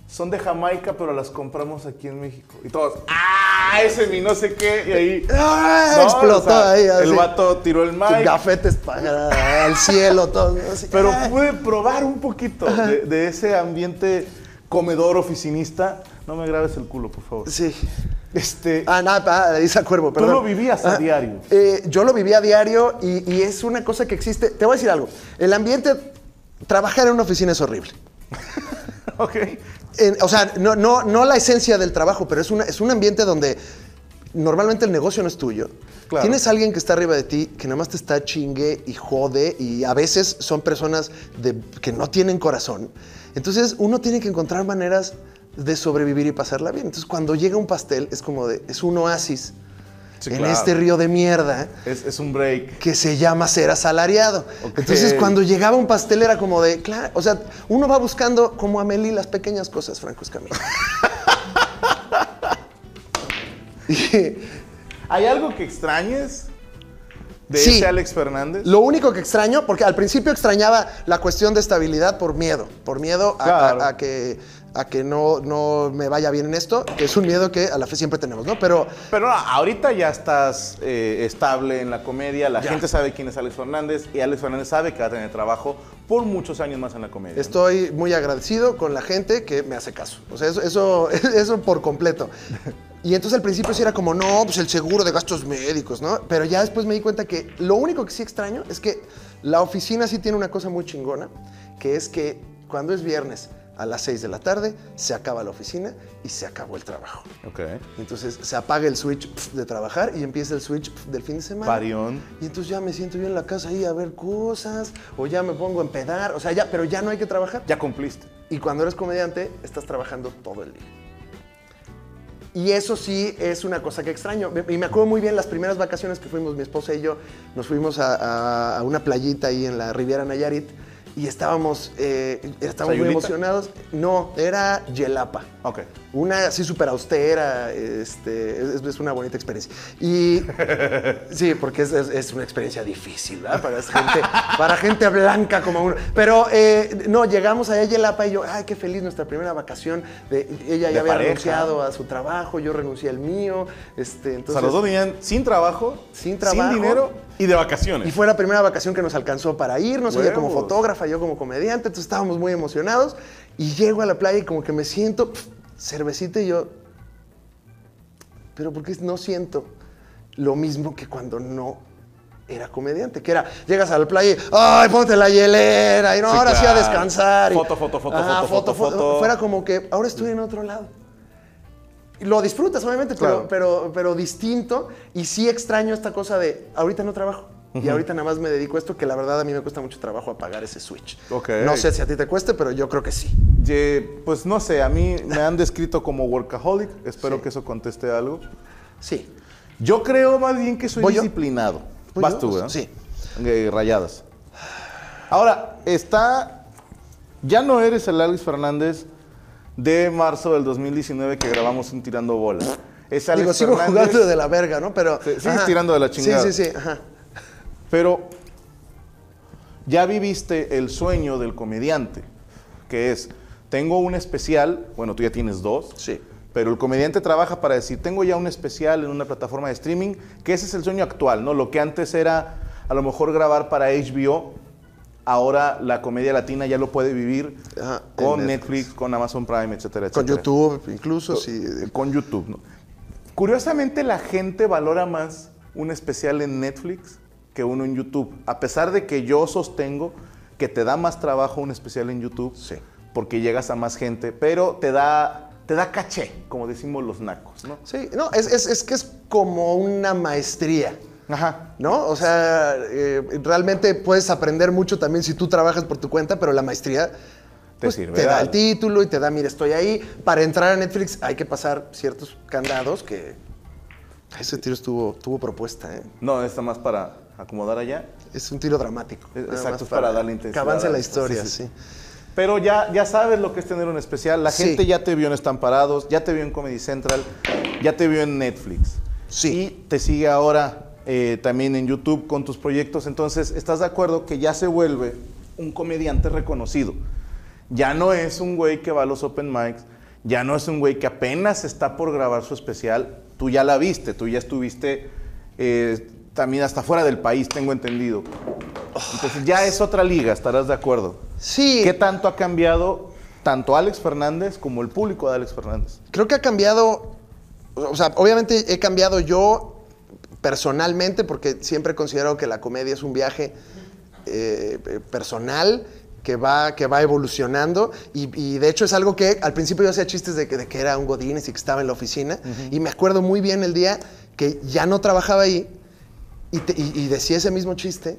Speaker 1: Son de Jamaica, pero las compramos aquí en México. Y todos, ¡ah! Ese mi no sé qué. Y ahí.
Speaker 2: ¡Ah!
Speaker 1: No,
Speaker 2: Explotó
Speaker 1: o sea,
Speaker 2: ahí. así.
Speaker 1: El vato tiró el mic.
Speaker 2: Gafetes para al cielo, todo. así.
Speaker 1: Pero
Speaker 2: Ah.
Speaker 1: pude probar un poquito de, de ese ambiente comedor oficinista. No me grabes el culo, por favor.
Speaker 2: Sí.
Speaker 1: Este.
Speaker 2: Ah, nada, ah, Isa Cuervo, perdón.
Speaker 1: lo vivías a
Speaker 2: Ah,
Speaker 1: diario.
Speaker 2: eh, yo lo vivía a diario y, y es una cosa que existe. Te voy a decir algo. El ambiente, trabajar en una oficina es horrible.
Speaker 1: Ok.
Speaker 2: En- o sea, no, no, no la esencia del trabajo, pero es, una, es un ambiente donde normalmente el negocio no es tuyo.
Speaker 1: Claro.
Speaker 2: Tienes a alguien que está arriba de ti que nada más te está chingue y jode y a veces son personas de- que no tienen corazón. Entonces uno tiene que encontrar maneras de sobrevivir y pasarla bien. Entonces cuando llega un pastel es como de, es un oasis
Speaker 1: Sí,
Speaker 2: en
Speaker 1: claro.
Speaker 2: este río de mierda
Speaker 1: Es, es un break.
Speaker 2: que se llama ser asalariado.
Speaker 1: Ok.
Speaker 2: Entonces, cuando llegaba un pastel era como de, claro, o sea, uno va buscando como Amelie las pequeñas cosas, Franco Escamilla. Y
Speaker 1: ¿Hay algo que extrañes de
Speaker 2: Sí.
Speaker 1: ese Alex Fernández?
Speaker 2: Lo único que extraño, porque al principio extrañaba la cuestión de estabilidad por miedo, por miedo a,
Speaker 1: Claro.
Speaker 2: a- a que, a que no, no me vaya bien en esto, que es un miedo que a la fe siempre tenemos, ¿no? Pero
Speaker 1: Pero no, ahorita ya estás eh, estable en la comedia, la
Speaker 2: Ya.
Speaker 1: gente sabe quién es Alex Fernández y Alex Fernández sabe que va a tener trabajo por muchos años más en la comedia. ¿no?
Speaker 2: Estoy muy agradecido con la gente que me hace caso. O sea, eso, eso, eso por completo. Y entonces al principio sí era como, no, pues el seguro de gastos médicos, ¿no? Pero ya después me di cuenta que lo único que sí extraño es que la oficina sí tiene una cosa muy chingona, que es que cuando es viernes a las 6 de la tarde, se acaba la oficina y se acabó el trabajo.
Speaker 1: Ok.
Speaker 2: Y entonces se apaga el switch pf, de trabajar y empieza el switch pf, del fin de semana.
Speaker 1: Parión.
Speaker 2: Y entonces ya me siento yo en la casa ahí a ver cosas, o ya me pongo a empedar, o sea, ya, pero ya no hay que trabajar.
Speaker 1: Ya cumpliste.
Speaker 2: Y cuando eres comediante, estás trabajando todo el día. Y eso sí es una cosa que extraño. Me- Y me acuerdo muy bien las primeras vacaciones que fuimos, mi esposa y yo, nos fuimos a, a- a una playita ahí en la Riviera Nayarit y estábamos, eh, estábamos muy
Speaker 1: ¿Sayulita?
Speaker 2: emocionados. No, era Yelapa.
Speaker 1: Ok.
Speaker 2: Una así súper austera, este, es, es una bonita experiencia. Y sí, porque es, es- es una experiencia difícil, ¿verdad? Para gente, para gente blanca como uno. Pero eh, no, llegamos allá a Yelapa y yo, ay, qué feliz nuestra primera vacación. De, ella ya
Speaker 1: De
Speaker 2: había
Speaker 1: pareja.
Speaker 2: renunciado a su trabajo, yo renuncié al mío. Este,
Speaker 1: o
Speaker 2: entonces,
Speaker 1: sea, los dos venían sin trabajo,
Speaker 2: Sin trabajo.
Speaker 1: dinero y de
Speaker 2: y
Speaker 1: vacaciones.
Speaker 2: fue la primera vacación que nos alcanzó para irnos, ella como
Speaker 1: Huevos.
Speaker 2: fotógrafa, yo como comediante, entonces estábamos muy emocionados. Y llego a la playa y como que me siento, pf, cervecita, y yo, pero porque no siento lo mismo que cuando no era comediante, que era, llegas a la playa y, ay, ponte la hielera, y no,
Speaker 1: Sí,
Speaker 2: ahora sí a
Speaker 1: claro.
Speaker 2: descansar. y-
Speaker 1: Foto, foto, foto,
Speaker 2: Ajá,
Speaker 1: foto, foto, foto.
Speaker 2: Fuera como que, ahora estoy en otro lado. Y Lo disfrutas, obviamente,
Speaker 1: Claro.
Speaker 2: pero, pero, pero distinto. Y sí extraño esta cosa de, ahorita no trabajo. Y ahorita nada más me dedico a esto, que la verdad a mí me cuesta mucho trabajo apagar ese switch.
Speaker 1: Ok.
Speaker 2: No sé si a ti te cueste, pero yo creo que sí.
Speaker 1: Ye- pues no sé, a mí me han descrito como workaholic. Espero que eso conteste algo.
Speaker 2: Sí.
Speaker 1: Yo creo más bien que soy
Speaker 2: ¿Voy yo?
Speaker 1: disciplinado.
Speaker 2: ¿Voy
Speaker 1: Vas
Speaker 2: yo?
Speaker 1: tú, ¿verdad?
Speaker 2: Sí.
Speaker 1: eh, rayadas. Ahora, está. Ya no eres el Alex Fernández de marzo del 2019 que grabamos un tirando bola. Es Alex
Speaker 2: Digo, sigo
Speaker 1: Fernández,
Speaker 2: jugando de la verga, ¿no? Pero.
Speaker 1: Sí, sigues tirando de la chingada.
Speaker 2: Sí, sí, sí. Ajá.
Speaker 1: Pero ya viviste el sueño del comediante, que es, tengo un especial, bueno, tú ya tienes dos.
Speaker 2: Sí.
Speaker 1: Pero el comediante trabaja para decir, tengo ya un especial en una plataforma de streaming, que ese es el sueño actual, ¿no? Lo que antes era a lo mejor grabar para HBO, ahora la comedia latina ya lo puede vivir
Speaker 2: Ajá, en
Speaker 1: con Netflix.
Speaker 2: Netflix.
Speaker 1: con Amazon Prime, etcétera, etcétera.
Speaker 2: Con YouTube,
Speaker 1: Pues
Speaker 2: incluso, sí.
Speaker 1: Con YouTube, ¿no? Curiosamente, la gente valora más un especial en Netflix que uno en YouTube. A pesar de que yo sostengo que te da más trabajo un especial en YouTube.
Speaker 2: Sí.
Speaker 1: Porque llegas a más gente, pero te da, te da caché, como decimos los nacos, ¿no?
Speaker 2: Sí, no, es, es- es que es como una maestría.
Speaker 1: Ajá.
Speaker 2: ¿No? O sea, eh, realmente puedes aprender mucho también si tú trabajas por tu cuenta, pero la maestría
Speaker 1: Te sirve de
Speaker 2: Pues, te da
Speaker 1: algo.
Speaker 2: el título y te da, mira, estoy ahí. Para entrar a Netflix hay que pasar ciertos candados que... Ese tiro estuvo, tuvo propuesta, ¿eh?
Speaker 1: No, está más para acomodar allá.
Speaker 2: Es un tiro dramático.
Speaker 1: E-
Speaker 2: nada más
Speaker 1: exacto, es para darle intensidad
Speaker 2: Que avance
Speaker 1: a-
Speaker 2: la historia,
Speaker 1: sí,
Speaker 2: sí.
Speaker 1: sí. Pero ya, ya sabes lo que es tener un especial. La
Speaker 2: Sí.
Speaker 1: gente ya te vio en Estamparados, ya te vio en Comedy Central, ya te vio en Netflix.
Speaker 2: Sí.
Speaker 1: Y te sigue ahora eh, también en YouTube con tus proyectos. Entonces, ¿estás de acuerdo que ya se vuelve un comediante reconocido? Ya no es un güey que va a los open mics, ya no es un güey que apenas está por grabar su especial. Tú ya la viste, tú ya estuviste eh, también hasta fuera del país, tengo entendido. Entonces ya es otra liga, estarás de acuerdo.
Speaker 2: Sí.
Speaker 1: ¿Qué tanto ha cambiado tanto Alex Fernández como el público de Alex Fernández?
Speaker 2: Creo que ha cambiado, o sea, obviamente he cambiado yo personalmente porque siempre he considerado que la comedia es un viaje eh, eh, personal que va, que va evolucionando y, y de hecho es algo que al principio yo hacía chistes de que, de que era un godínez y que estaba en la oficina y me acuerdo muy bien el día que ya no trabajaba ahí y, te- y- y decía ese mismo chiste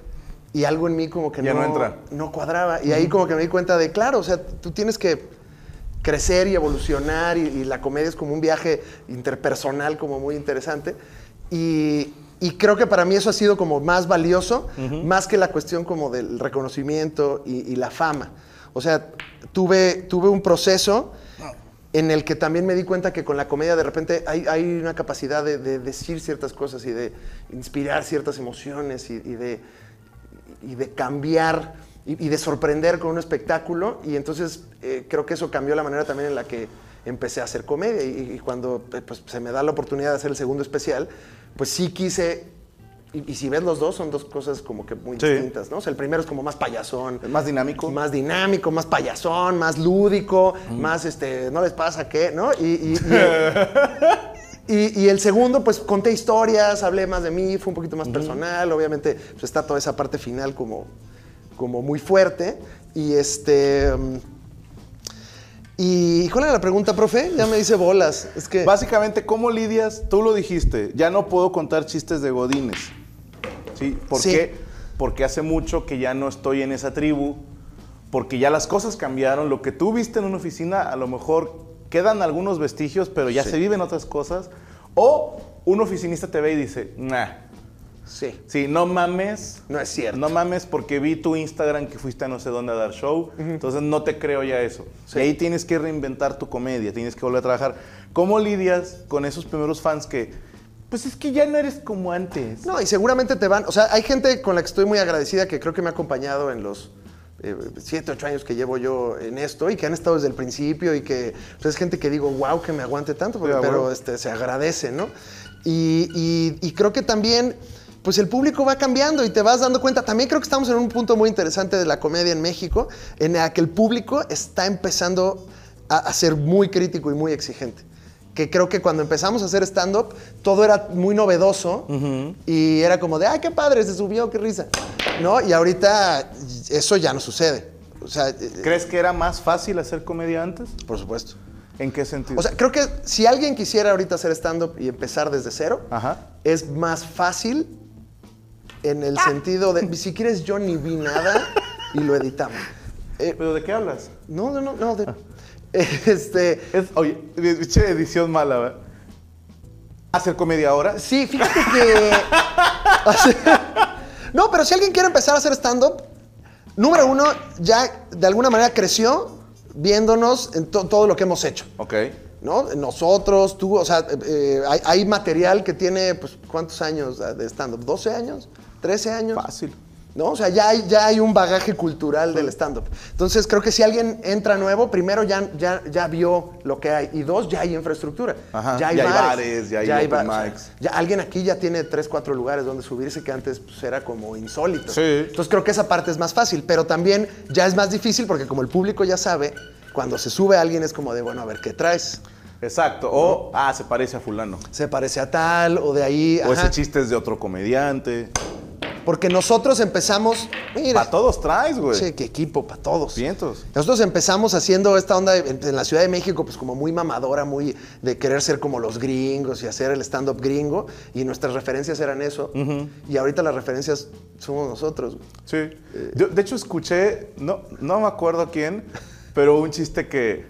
Speaker 2: y algo en mí como que
Speaker 1: Ya no
Speaker 2: no,
Speaker 1: entra.
Speaker 2: no cuadraba y ahí como que me di cuenta de, claro, o sea, tú tienes que crecer y evolucionar y, y la comedia es como un viaje interpersonal como muy interesante y, y creo que para mí eso ha sido como más valioso más que la cuestión como del reconocimiento y, y la fama o sea tuve tuve un proceso en el que también me di cuenta que con la comedia de repente hay, hay una capacidad de, de decir ciertas cosas y de inspirar ciertas emociones y, y de y de cambiar y, y de sorprender con un espectáculo. Y entonces eh, creo que eso cambió la manera también en la que empecé a hacer comedia. Y, y cuando eh, pues, se me da la oportunidad de hacer el segundo especial, pues sí quise... Y, y si ves los dos, son dos cosas como que muy
Speaker 1: Sí.
Speaker 2: distintas, ¿no? O sea, el primero es como más payasón.
Speaker 1: ¿Es más dinámico?
Speaker 2: Más dinámico, más payasón, más lúdico, más este, no les pasa qué, ¿no? Y, y- y- y, y el segundo, pues conté historias, hablé más de mí, fue un poquito más personal. Obviamente, pues, está toda esa parte final como, como muy fuerte. Y este. mm, Y, ¿cuál era la pregunta, profe? Ya me dice bolas. Es que.
Speaker 1: Básicamente, ¿cómo lidias? Tú lo dijiste, ya no puedo contar chistes de godines. ¿Sí? ¿Por
Speaker 2: Sí.
Speaker 1: qué? Porque hace mucho que ya no estoy en esa tribu, porque ya las cosas cambiaron. Lo que tú viste en una oficina, a lo mejor quedan algunos vestigios, pero ya se viven otras cosas. O un oficinista te ve y dice, nah,
Speaker 2: Sí.
Speaker 1: sí, no mames.
Speaker 2: No es cierto.
Speaker 1: No mames porque vi tu Instagram que fuiste a no sé dónde a dar show, entonces no te creo ya eso.
Speaker 2: Sí.
Speaker 1: Y ahí tienes que reinventar tu comedia, tienes que volver a trabajar. ¿Cómo lidias con esos primeros fans que, pues es que ya no eres como antes?
Speaker 2: No, y seguramente te van. O sea, hay gente con la que estoy muy agradecida que creo que me ha acompañado en los. 7, siete, ocho años que llevo yo en esto y que han estado desde el principio y que pues, es gente que digo, wow, que me aguante tanto, porque-
Speaker 1: Sí, a huevo.
Speaker 2: pero este, se agradece, ¿no? Y, y- y creo que también, pues el público va cambiando y te vas dando cuenta. También creo que estamos en un punto muy interesante de la comedia en México, en la que el público está empezando a, a ser muy crítico y muy exigente. Que creo que cuando empezamos a hacer stand-up, todo era muy novedoso y era como de, ay, qué padre, se subió, qué risa. ¿No? Y ahorita eso ya no sucede. O sea, eh,
Speaker 1: ¿Crees que era más fácil hacer comedia antes?
Speaker 2: por supuesto.
Speaker 1: ¿En qué sentido?
Speaker 2: O sea, creo que si alguien quisiera ahorita hacer stand-up y empezar desde cero,
Speaker 1: Ajá.
Speaker 2: es más fácil en el sentido de, si quieres yo ni vi nada y lo editamos. Eh,
Speaker 1: ¿Pero de qué hablas?
Speaker 2: no, no, no, no. de- este,
Speaker 1: Es, oye, che, edición mala, ¿verdad? ¿Hacer comedia ahora?
Speaker 2: sí, fíjate que... No, pero si alguien quiere empezar a hacer stand-up, número uno, ya de alguna manera creció viéndonos en to- todo lo que hemos hecho.
Speaker 1: Ok.
Speaker 2: ¿no? Nosotros, tú, o sea, eh, eh, hay, hay material que tiene, pues, ¿cuántos años de stand-up? ¿12 años? ¿13 años?
Speaker 1: Fácil.
Speaker 2: ¿No? O sea, ya hay, ya hay un bagaje cultural
Speaker 1: Mm.
Speaker 2: del stand-up. Entonces, creo que si alguien entra nuevo, primero ya, ya, ya vio lo que hay. Y dos, ya hay infraestructura.
Speaker 1: Ajá,
Speaker 2: ya hay
Speaker 1: ya hay
Speaker 2: bares,
Speaker 1: bares, ya hay open
Speaker 2: ba- o sea,
Speaker 1: mics.
Speaker 2: ya alguien aquí ya tiene tres, cuatro lugares donde subirse que antes pues, era como insólito.
Speaker 1: Sí.
Speaker 2: Entonces, creo que esa parte es más fácil. Pero también ya es más difícil porque como el público ya sabe, cuando se sube alguien es como de, bueno, a ver, ¿qué traes?
Speaker 1: Exacto. O, ah, se parece a fulano.
Speaker 2: se parece a tal o de ahí.
Speaker 1: O
Speaker 2: ajá.
Speaker 1: ese chiste es de otro comediante.
Speaker 2: Porque nosotros empezamos. Mira,
Speaker 1: Para todos traes, güey.
Speaker 2: che, qué equipo, para todos.
Speaker 1: Cientos.
Speaker 2: Nosotros empezamos haciendo esta onda en, en la Ciudad de México, pues como muy mamadora, muy de querer ser como los gringos y hacer el stand-up gringo. Y nuestras referencias eran eso. Y ahorita las referencias somos nosotros. güey.
Speaker 1: Sí. Yo, de hecho, escuché, no, no me acuerdo quién, pero un chiste que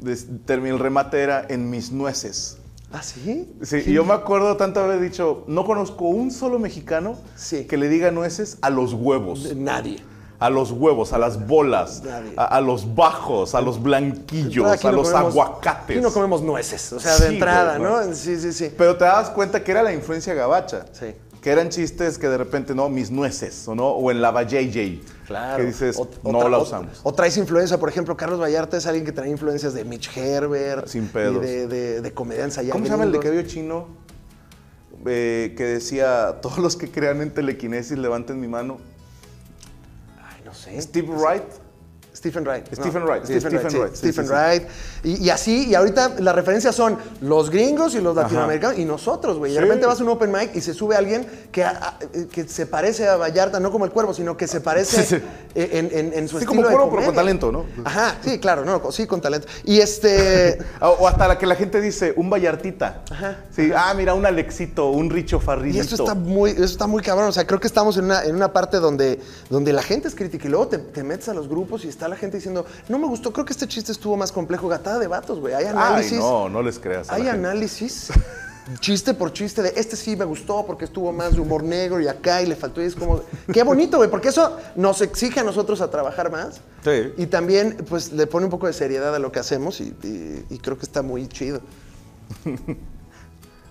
Speaker 1: des- terminó el remate era en mis nueces.
Speaker 2: ¿Ah, sí?
Speaker 1: Sí, y yo me acuerdo tanto haber dicho, no conozco un solo mexicano
Speaker 2: Sí.
Speaker 1: que le diga nueces a los huevos,
Speaker 2: Nadie.
Speaker 1: a los huevos, a las bolas,
Speaker 2: Nadie.
Speaker 1: a, a los bajos, a los
Speaker 2: Entrada,
Speaker 1: blanquillos,
Speaker 2: aquí
Speaker 1: a
Speaker 2: no
Speaker 1: los
Speaker 2: comemos-
Speaker 1: aguacates.
Speaker 2: Aquí no comemos nueces, o sea, de
Speaker 1: Sí,
Speaker 2: entrada,
Speaker 1: güey,
Speaker 2: ¿no?
Speaker 1: no.
Speaker 2: Sí, sí, sí.
Speaker 1: Pero te das cuenta que era la influencia gabacha.
Speaker 2: Sí.
Speaker 1: Que eran chistes que de repente, no, mis nueces, o no, o en la JJ.
Speaker 2: Claro.
Speaker 1: Que dices,
Speaker 2: O- o
Speaker 1: no
Speaker 2: tra-
Speaker 1: la
Speaker 2: o-
Speaker 1: usamos.
Speaker 2: O, traes influencia, por ejemplo, Carlos Vallarta es alguien que trae influencias de Mitch Herbert.
Speaker 1: Sin pedos.
Speaker 2: Y de, de, de comediantes allá
Speaker 1: ¿Cómo se llama el de
Speaker 2: gringos.
Speaker 1: cabello chino? Eh, que decía, todos los que crean en telequinesis levanten mi mano.
Speaker 2: Ay, no sé.
Speaker 1: Steve Wright.
Speaker 2: Stephen Wright. no.
Speaker 1: Stephen Wright, sí,
Speaker 2: Stephen Wright.
Speaker 1: Stephen Wright,
Speaker 2: sí,
Speaker 1: sí,
Speaker 2: Stephen
Speaker 1: sí, sí.
Speaker 2: Wright. Y, y así, y ahorita las referencias son los gringos y los latinoamericanos y nosotros, güey. Y de
Speaker 1: Sí.
Speaker 2: repente vas a un open mic y se sube alguien que, a- a- que se parece a Vallarta, no como el cuervo, sino que se parece e,
Speaker 1: Sí, sí.
Speaker 2: En, en- en su
Speaker 1: Sí,
Speaker 2: estilo
Speaker 1: como
Speaker 2: de
Speaker 1: cuervo, pero
Speaker 2: comedia.
Speaker 1: con talento, ¿no?
Speaker 2: Ajá, sí, claro, no, sí, con talento. Y este...
Speaker 1: O, o hasta la que la gente dice, un Vallartita.
Speaker 2: Ajá,
Speaker 1: Sí, ah, mira, un Alexito, un Richo Farrilito.
Speaker 2: Y esto está muy, esto está muy cabrón. O sea, creo que estamos en una, en una parte donde, donde la gente es crítica y luego te, te metes a los grupos y está la gente diciendo, no me gustó, creo que este chiste estuvo más complejo. Gatada de vatos, güey. Hay análisis.
Speaker 1: Ay, no, no les creas. a la
Speaker 2: hay
Speaker 1: gente.
Speaker 2: análisis. Chiste por chiste de este sí me gustó porque estuvo más de humor negro y acá y le faltó y es como, qué bonito, güey, porque eso nos exige a nosotros a trabajar más.
Speaker 1: Sí.
Speaker 2: Y también, pues, le pone un poco de seriedad a lo que hacemos y, y- y creo que está muy chido.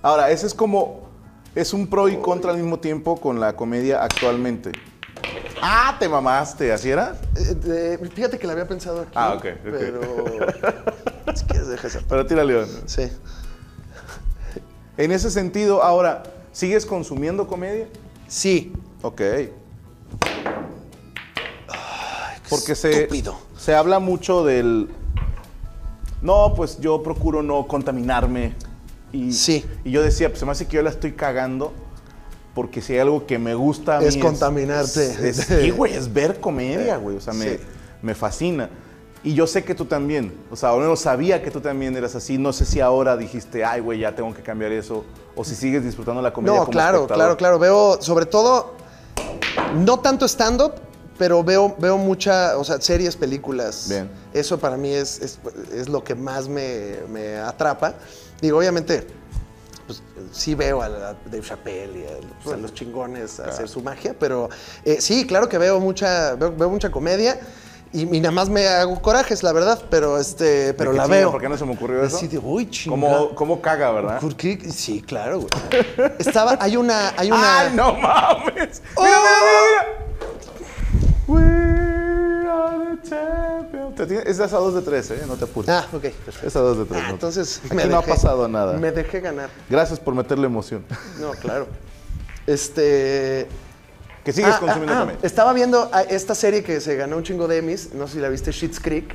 Speaker 1: Ahora, ese es como. Es un pro y contra al mismo tiempo con la comedia actualmente. ¡Ah, te mamaste! ¿Así era?
Speaker 2: Eh, de- fíjate que la había pensado aquí.
Speaker 1: Ah, ok, ok.
Speaker 2: Pero. si quieres, deja esa parte.
Speaker 1: Pero tírale. Iván.
Speaker 2: Sí.
Speaker 1: En ese sentido, ahora, ¿sigues consumiendo comedia?
Speaker 2: Sí.
Speaker 1: Ok. Porque se,
Speaker 2: estúpido.
Speaker 1: se habla mucho del. No, pues yo procuro no contaminarme. Y,
Speaker 2: Sí.
Speaker 1: y yo decía, pues se me hace que yo la estoy cagando. Porque si hay algo que me gusta. a mí
Speaker 2: Es contaminarte. Eh,
Speaker 1: es- es- sí, güey, es ver comedia, güey. O sea, me,
Speaker 2: Sí.
Speaker 1: me fascina. Y yo sé que tú también. O sea, no sabía que tú también eras así. No sé si ahora dijiste, ay, güey, ya tengo que cambiar eso. O si sigues disfrutando la comedia.
Speaker 2: No,
Speaker 1: como
Speaker 2: claro,
Speaker 1: espectador.
Speaker 2: claro, claro. Veo, sobre todo, no tanto stand-up, pero veo, veo mucha, o sea, series, películas.
Speaker 1: Bien.
Speaker 2: Eso para mí es, es- es lo que más me, me atrapa. Digo, obviamente, pues, sí veo a, la- a Dave Chappelle y a, pues, a los chingones hacer su magia, pero eh, sí, claro que veo mucha, veo, veo mucha comedia. Y, y nada más me hago corajes, la verdad, pero este, pero
Speaker 1: qué
Speaker 2: la
Speaker 1: chinga,
Speaker 2: veo.
Speaker 1: ¿por qué no se me ocurrió eso?
Speaker 2: Así de, uy,
Speaker 1: ¿Cómo,
Speaker 2: chingada.
Speaker 1: cómo caga, verdad?
Speaker 2: ¿Por qué? Sí, claro, güey. Estaba, hay una, hay una.
Speaker 1: ¡Ay, Ah, no mames!
Speaker 2: ¡Oh!
Speaker 1: ¡Mira, mira, mira, mira! We are the champions. Te tiene- Es de esas dos de tres, ¿eh? No te apures.
Speaker 2: Ah, ok, perfecto.
Speaker 1: Es a dos de tres.
Speaker 2: Ah,
Speaker 1: no-
Speaker 2: entonces
Speaker 1: Aquí no ha pasado nada.
Speaker 2: Me dejé ganar.
Speaker 1: Gracias por meterle emoción.
Speaker 2: No, claro. Este.
Speaker 1: Que sigues
Speaker 2: ah,
Speaker 1: consumiendo
Speaker 2: ah, ah,
Speaker 1: comedia.
Speaker 2: Estaba viendo a esta serie que se ganó un chingo de Emmys. No sé si la viste, Shit's Creek.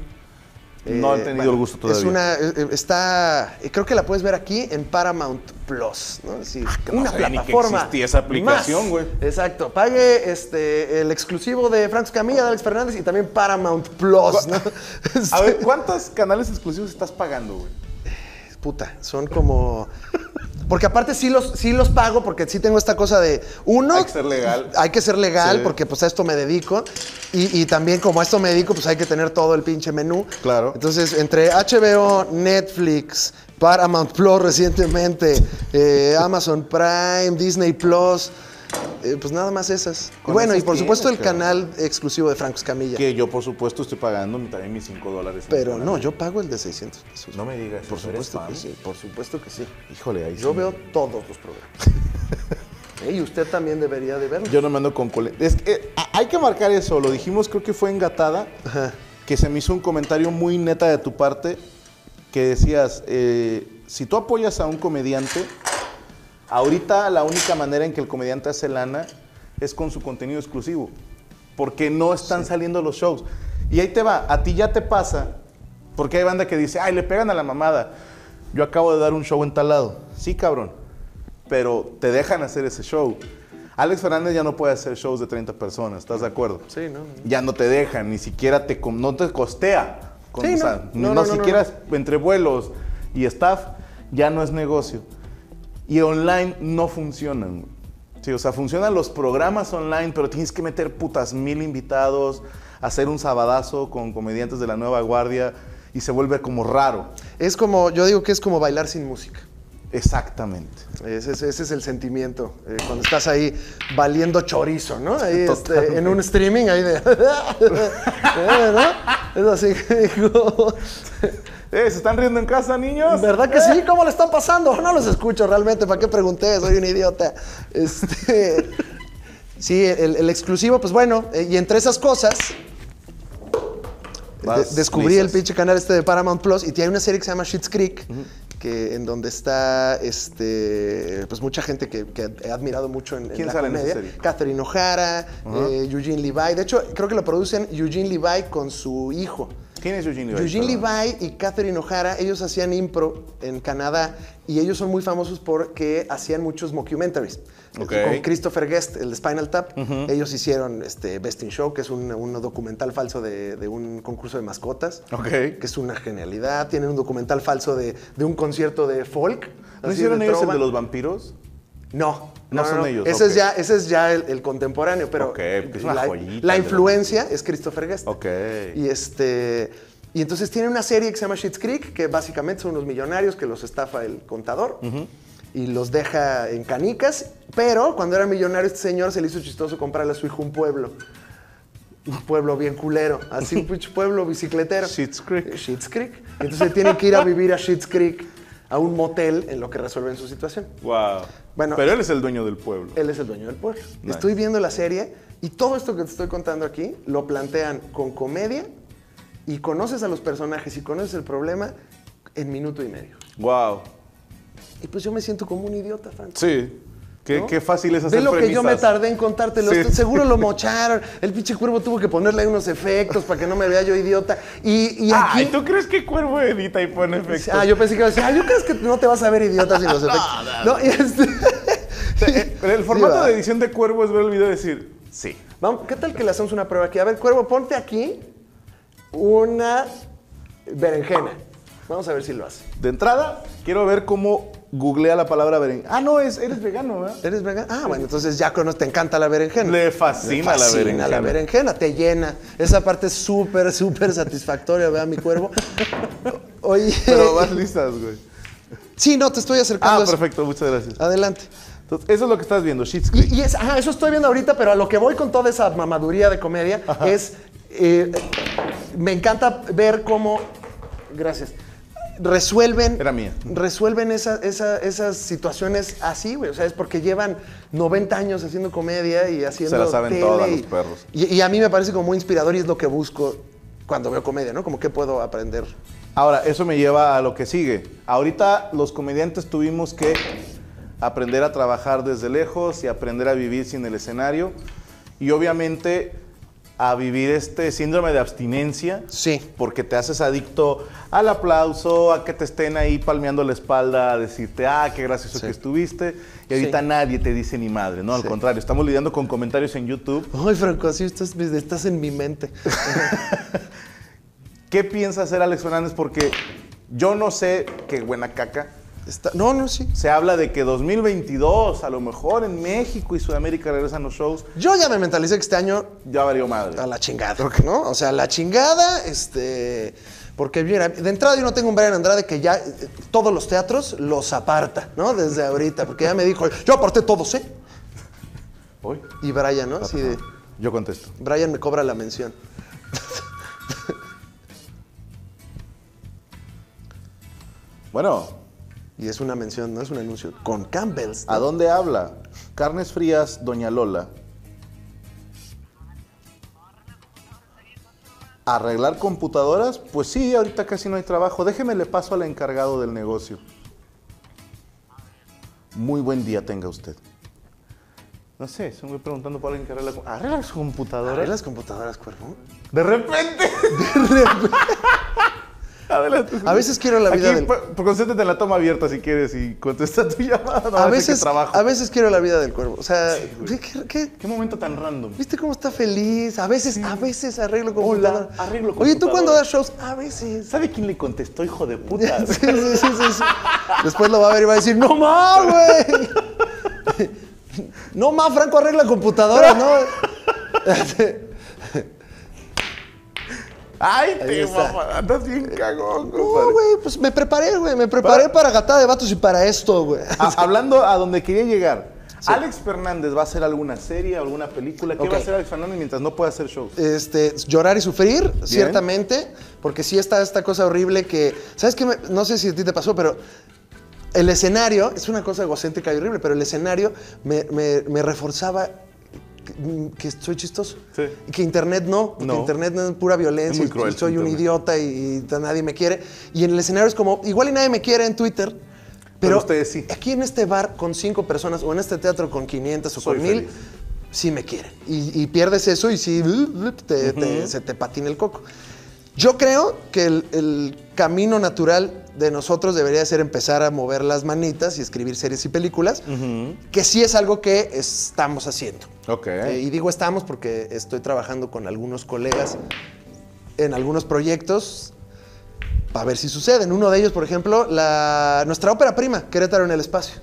Speaker 2: Eh,
Speaker 1: No he tenido el gusto todavía.
Speaker 2: Es una. eh, eh, Está. eh, Creo que la puedes ver aquí en Paramount Plus, ¿no? Sí,
Speaker 1: no
Speaker 2: una
Speaker 1: sabía ni Ah, que
Speaker 2: plataforma.
Speaker 1: existía esa aplicación,
Speaker 2: más.
Speaker 1: güey.
Speaker 2: Exacto. Pague este, el exclusivo de Franco Camilla, de Alex Fernández y también Paramount Plus, ¿no? Este, ah.
Speaker 1: A ver, ¿cuántos canales exclusivos estás pagando, güey?
Speaker 2: Puta, son como. Porque aparte sí los, sí los pago, porque sí tengo esta cosa de. Uno.
Speaker 1: Hay que ser legal.
Speaker 2: Hay que ser legal,
Speaker 1: Sí.
Speaker 2: porque pues a esto me dedico. Y, y también, como a esto me dedico, pues hay que tener todo el pinche menú.
Speaker 1: Claro.
Speaker 2: Entonces, entre HBO, Netflix, Paramount Plus recientemente, eh, Amazon Prime, Disney Plus. eh, pues nada más esas. Y
Speaker 1: Con
Speaker 2: bueno, y
Speaker 1: esas
Speaker 2: por supuesto el
Speaker 1: tienes, cabrón.
Speaker 2: canal exclusivo de Franco Escamilla.
Speaker 1: Que yo, por supuesto, estoy pagando también mis 5 dólares.
Speaker 2: Pero no, yo pago el de 600 pesos.
Speaker 1: No me digas,
Speaker 2: Por
Speaker 1: eso, ¿eres
Speaker 2: supuesto que
Speaker 1: fan?
Speaker 2: sí, por supuesto que sí.
Speaker 1: Híjole, ahí
Speaker 2: Yo
Speaker 1: sí.
Speaker 2: veo todos los programas. Eh, Y usted también debería de verlos.
Speaker 1: Yo no me ando con cole. Es que, eh, a- hay que marcar eso, lo dijimos, creo que fue en Gatada, que se me hizo un comentario muy neta de tu parte, que decías, eh, si tú apoyas a un comediante, ahorita la única manera en que el comediante hace lana es con su contenido exclusivo, porque no están saliendo los shows. Y ahí te va, a ti ya te pasa, porque hay banda que dice, ay, le pegan a la mamada, yo acabo de dar un show en tal lado. Sí, cabrón pero te dejan hacer ese show. Alex Fernández ya no puede hacer shows de 30 personas, ¿estás de acuerdo?
Speaker 2: Sí, no, no.
Speaker 1: Ya no te dejan, ni siquiera te, com- no te costea. Con- o
Speaker 2: Sí, no.
Speaker 1: sea,
Speaker 2: No,
Speaker 1: no,
Speaker 2: no, no, no,
Speaker 1: siquiera entre vuelos y staff ya no es negocio. Y online no funcionan. güey. Sí, o sea, funcionan los programas online, pero tienes que meter putas mil invitados, hacer un sabadazo con comediantes de la nueva guardia y se vuelve como raro.
Speaker 2: Es como, yo digo que es como bailar sin música.
Speaker 1: Exactamente.
Speaker 2: Ese es, ese es el sentimiento, eh, cuando estás ahí valiendo chorizo, ¿no? Ahí este,
Speaker 1: Totalmente.
Speaker 2: en un streaming ahí de... Eh, ¿no? Es así que digo,
Speaker 1: Eh, ¿Se están riendo en casa, niños?
Speaker 2: ¿Verdad que sí? ¿Cómo le están pasando? No los escucho realmente, ¿para qué pregunté? Soy un idiota. Este, sí, el, el exclusivo, pues bueno, eh, y entre esas cosas,
Speaker 1: Vas,
Speaker 2: de- descubrí
Speaker 1: lisas.
Speaker 2: el pinche canal este de Paramount Plus y tiene una serie que se llama Shit's Creek, que, en donde está este, pues mucha gente que, que he admirado mucho en, en
Speaker 1: ¿Quién
Speaker 2: la
Speaker 1: sale en esa
Speaker 2: comedia.
Speaker 1: serie?
Speaker 2: Catherine O'Hara, eh, Eugene Levi. De hecho, creo que lo producen Eugene Levi con su hijo.
Speaker 1: ¿Quién es Eugene Levi?
Speaker 2: Eugene
Speaker 1: Perdón.
Speaker 2: Levi y Catherine O'Hara, ellos hacían impro en Canadá y ellos son muy famosos porque hacían muchos mockumentaries.
Speaker 1: Ok.
Speaker 2: Con Christopher Guest, el de Spinal Tap, ellos hicieron este Best in Show, que es un, un documental falso de, de un concurso de mascotas,
Speaker 1: Ok.
Speaker 2: que es una genialidad. Tienen un documental falso de, de un concierto de folk.
Speaker 1: ¿No
Speaker 2: así
Speaker 1: hicieron ellos el
Speaker 2: trova.
Speaker 1: de los vampiros?
Speaker 2: No,
Speaker 1: No son ellos,
Speaker 2: Ese, es
Speaker 1: ok.
Speaker 2: ya, ese es ya el, el contemporáneo, pero
Speaker 1: Ok, pues es una
Speaker 2: la,
Speaker 1: joyita
Speaker 2: la
Speaker 1: el de
Speaker 2: influencia es Christopher Guest.
Speaker 1: Ok.
Speaker 2: Y este. Y entonces tiene una serie que se llama Schitt's Creek, que básicamente son unos millonarios que los estafa el contador y los deja en canicas. Pero cuando era millonario, este señor se le hizo chistoso comprarle a su hijo un pueblo. Un pueblo bien culero, así un pinche pueblo bicicletero.
Speaker 1: Schitt's Creek.
Speaker 2: Schitt's Creek. Entonces tienen que ir a vivir a Schitt's Creek, a un motel, en lo que resuelven su situación.
Speaker 1: Wow.
Speaker 2: Bueno,
Speaker 1: Pero él es el dueño del pueblo.
Speaker 2: Él es el dueño del pueblo.
Speaker 1: Nice.
Speaker 2: Estoy viendo la serie y todo esto que te estoy contando aquí lo plantean con comedia y conoces a los personajes y conoces el problema en minuto y medio.
Speaker 1: Wow.
Speaker 2: Y pues yo me siento como un idiota, Franco.
Speaker 1: Sí. Qué,
Speaker 2: ¿no?
Speaker 1: qué fácil es hacer
Speaker 2: Ve lo que yo me
Speaker 1: premisas.
Speaker 2: tardé en contártelo.
Speaker 1: Sí.
Speaker 2: Esto- Seguro lo mocharon. El pinche cuervo tuvo que ponerle ahí unos efectos para que no me vea yo idiota. Y, y aquí...
Speaker 1: Ay, ¿tú crees que Cuervo edita y pone Ah, efectos?
Speaker 2: Ah, yo pensé que iba a decir, ah, yo crees que no te vas a ver idiota sin los efectos. no, y este...
Speaker 1: Eh, pero el
Speaker 2: Sí,
Speaker 1: formato
Speaker 2: va.
Speaker 1: de edición de Cuervo es ver el video y decir, sí.
Speaker 2: Vamos, ¿qué tal que le hacemos una prueba aquí? A ver, Cuervo, ponte aquí una berenjena. Vamos a ver si lo hace.
Speaker 1: De entrada, quiero ver cómo googlea la palabra beren. Ah, no, es, eres vegano, ¿verdad?
Speaker 2: ¿Eres vegano? Ah, bueno, entonces ya conoces, te encanta la berenjena.
Speaker 1: Le fascina,
Speaker 2: Fascina
Speaker 1: la berenjena.
Speaker 2: la berenjena, te llena. Esa parte es súper, súper satisfactoria, vea mi cuervo. Oye,
Speaker 1: Pero vas listas, güey.
Speaker 2: sí, no, te estoy acercando.
Speaker 1: Ah,
Speaker 2: a eso.
Speaker 1: perfecto, muchas gracias.
Speaker 2: Adelante.
Speaker 1: Entonces, eso es lo que estás viendo, Shit's Creek.
Speaker 2: Y, y es, ajá, eso estoy viendo ahorita, pero a lo que voy con toda esa mamaduría de comedia es. eh, me encanta ver cómo. Gracias. Resuelven.
Speaker 1: Era mía.
Speaker 2: Resuelven esa- esa- esas situaciones así, güey. O sea, es porque llevan 90 años haciendo comedia y haciendo.
Speaker 1: la saben
Speaker 2: tele
Speaker 1: todas
Speaker 2: y-
Speaker 1: los perros.
Speaker 2: Y, y a mí me parece como muy inspirador y es lo que busco cuando veo comedia, ¿no? Como que puedo aprender.
Speaker 1: Ahora, eso me lleva a lo que sigue. Ahorita los comediantes tuvimos que aprender a trabajar desde lejos y aprender a vivir sin el escenario y obviamente a vivir este síndrome de abstinencia.
Speaker 2: Sí.
Speaker 1: Porque te haces adicto al aplauso, a que te estén ahí palmeando la espalda, a decirte, ah, qué gracioso
Speaker 2: Sí.
Speaker 1: que estuviste. Y ahorita
Speaker 2: Sí.
Speaker 1: nadie te dice ni madre, ¿no? Al
Speaker 2: Sí.
Speaker 1: contrario, estamos lidiando con comentarios en YouTube.
Speaker 2: Ay, Franco, así estás, estás en mi mente.
Speaker 1: ¿Qué piensa hacer Alex Fernández? Porque yo no sé qué buena caca.
Speaker 2: Está- no, no, sí.
Speaker 1: Se habla de que 2022, a lo mejor en México y Sudamérica regresan los shows.
Speaker 2: Yo ya me mentalicé que este año
Speaker 1: Ya valió madre.
Speaker 2: A la chingada, ¿no? O sea, la chingada, este... Porque, mira, de entrada yo no tengo un Brian Andrade que ya eh, todos los teatros los aparta, ¿no? Desde ahorita, porque ya me dijo, yo aparté todos, ¿eh?
Speaker 1: Hoy.
Speaker 2: Y Brian, ¿no? Así de,
Speaker 1: Yo contesto.
Speaker 2: Brian me cobra la mención.
Speaker 1: Bueno,
Speaker 2: Y es una mención, no es un anuncio. Con Campbell's.
Speaker 1: ¿a dónde habla? Carnes frías, Doña Lola. ¿Arreglar computadoras? Pues sí, ahorita casi no hay trabajo. Déjeme le paso al encargado del negocio. Muy buen día tenga usted. No sé, se me voy preguntando por alguien que arregla... co- ¿Arregla su computadora?
Speaker 2: ¿Abrir las computadoras, cuervo?
Speaker 1: De repente. Adelante.
Speaker 2: A veces quiero la vida
Speaker 1: Aquí,
Speaker 2: del-
Speaker 1: por- por Concéntrate en la toma abierta si quieres y contesta tu llamada. No,
Speaker 2: a,
Speaker 1: sé qué
Speaker 2: veces,
Speaker 1: trabajo.
Speaker 2: a veces quiero la vida del cuervo. O sea,
Speaker 1: Sí, güey.
Speaker 2: ¿qué- qué- qué-
Speaker 1: Qué momento tan random.
Speaker 2: ¿viste cómo está feliz? A veces, a veces arreglo
Speaker 1: Hola,
Speaker 2: computadoras.
Speaker 1: arreglo
Speaker 2: Oye, ¿tú
Speaker 1: computadoras.
Speaker 2: cuando das shows? A veces.
Speaker 1: ¿Sabe quién le contestó, hijo de
Speaker 2: Sí,
Speaker 1: puta?
Speaker 2: sí, sí, sí, sí. Después lo va a ver y va a decir, no más, güey. No más, Franco arregla computadoras, ¿no?
Speaker 1: Ay,
Speaker 2: Ahí
Speaker 1: te
Speaker 2: está.
Speaker 1: mamá, andas bien cagón,
Speaker 2: No,
Speaker 1: compadre.
Speaker 2: güey, pues me preparé, güey. Me preparé para gatada de vatos y para esto, güey.
Speaker 1: Ah, hablando a donde quería llegar. Alex Fernández va a hacer alguna serie, alguna película. ¿Qué
Speaker 2: Ok.
Speaker 1: va a hacer Alex Fernández mientras no pueda hacer shows?
Speaker 2: Este, llorar y sufrir, ciertamente, porque sí está esta cosa horrible que, ¿sabes qué? me- no sé si a ti te pasó, pero el escenario, es una cosa egocéntrica y horrible, pero el escenario me, me- me reforzaba que, que soy chistoso.
Speaker 1: Sí.
Speaker 2: Y que internet no, porque
Speaker 1: No.
Speaker 2: internet no es pura violencia,
Speaker 1: muy
Speaker 2: y- y
Speaker 1: cruel,
Speaker 2: soy un
Speaker 1: internet.
Speaker 2: idiota y, y nadie me quiere. Y en el escenario es como, igual y nadie me quiere en Twitter. Pero,
Speaker 1: Pero ustedes sí.
Speaker 2: aquí en este bar con cinco personas o en este teatro con 500 o
Speaker 1: Soy
Speaker 2: con 1000,
Speaker 1: feliz.
Speaker 2: sí me quieren. Y, y pierdes eso y sí, te- te- se te patina el coco. Yo creo que el, el camino natural de nosotros debería ser empezar a mover las manitas y escribir series y películas, que sí es algo que estamos haciendo.
Speaker 1: Ok.
Speaker 2: Eh, y digo estamos porque estoy trabajando con algunos colegas en algunos proyectos para ver si suceden. Uno de ellos, por ejemplo, la, nuestra ópera prima, Querétaro en el espacio.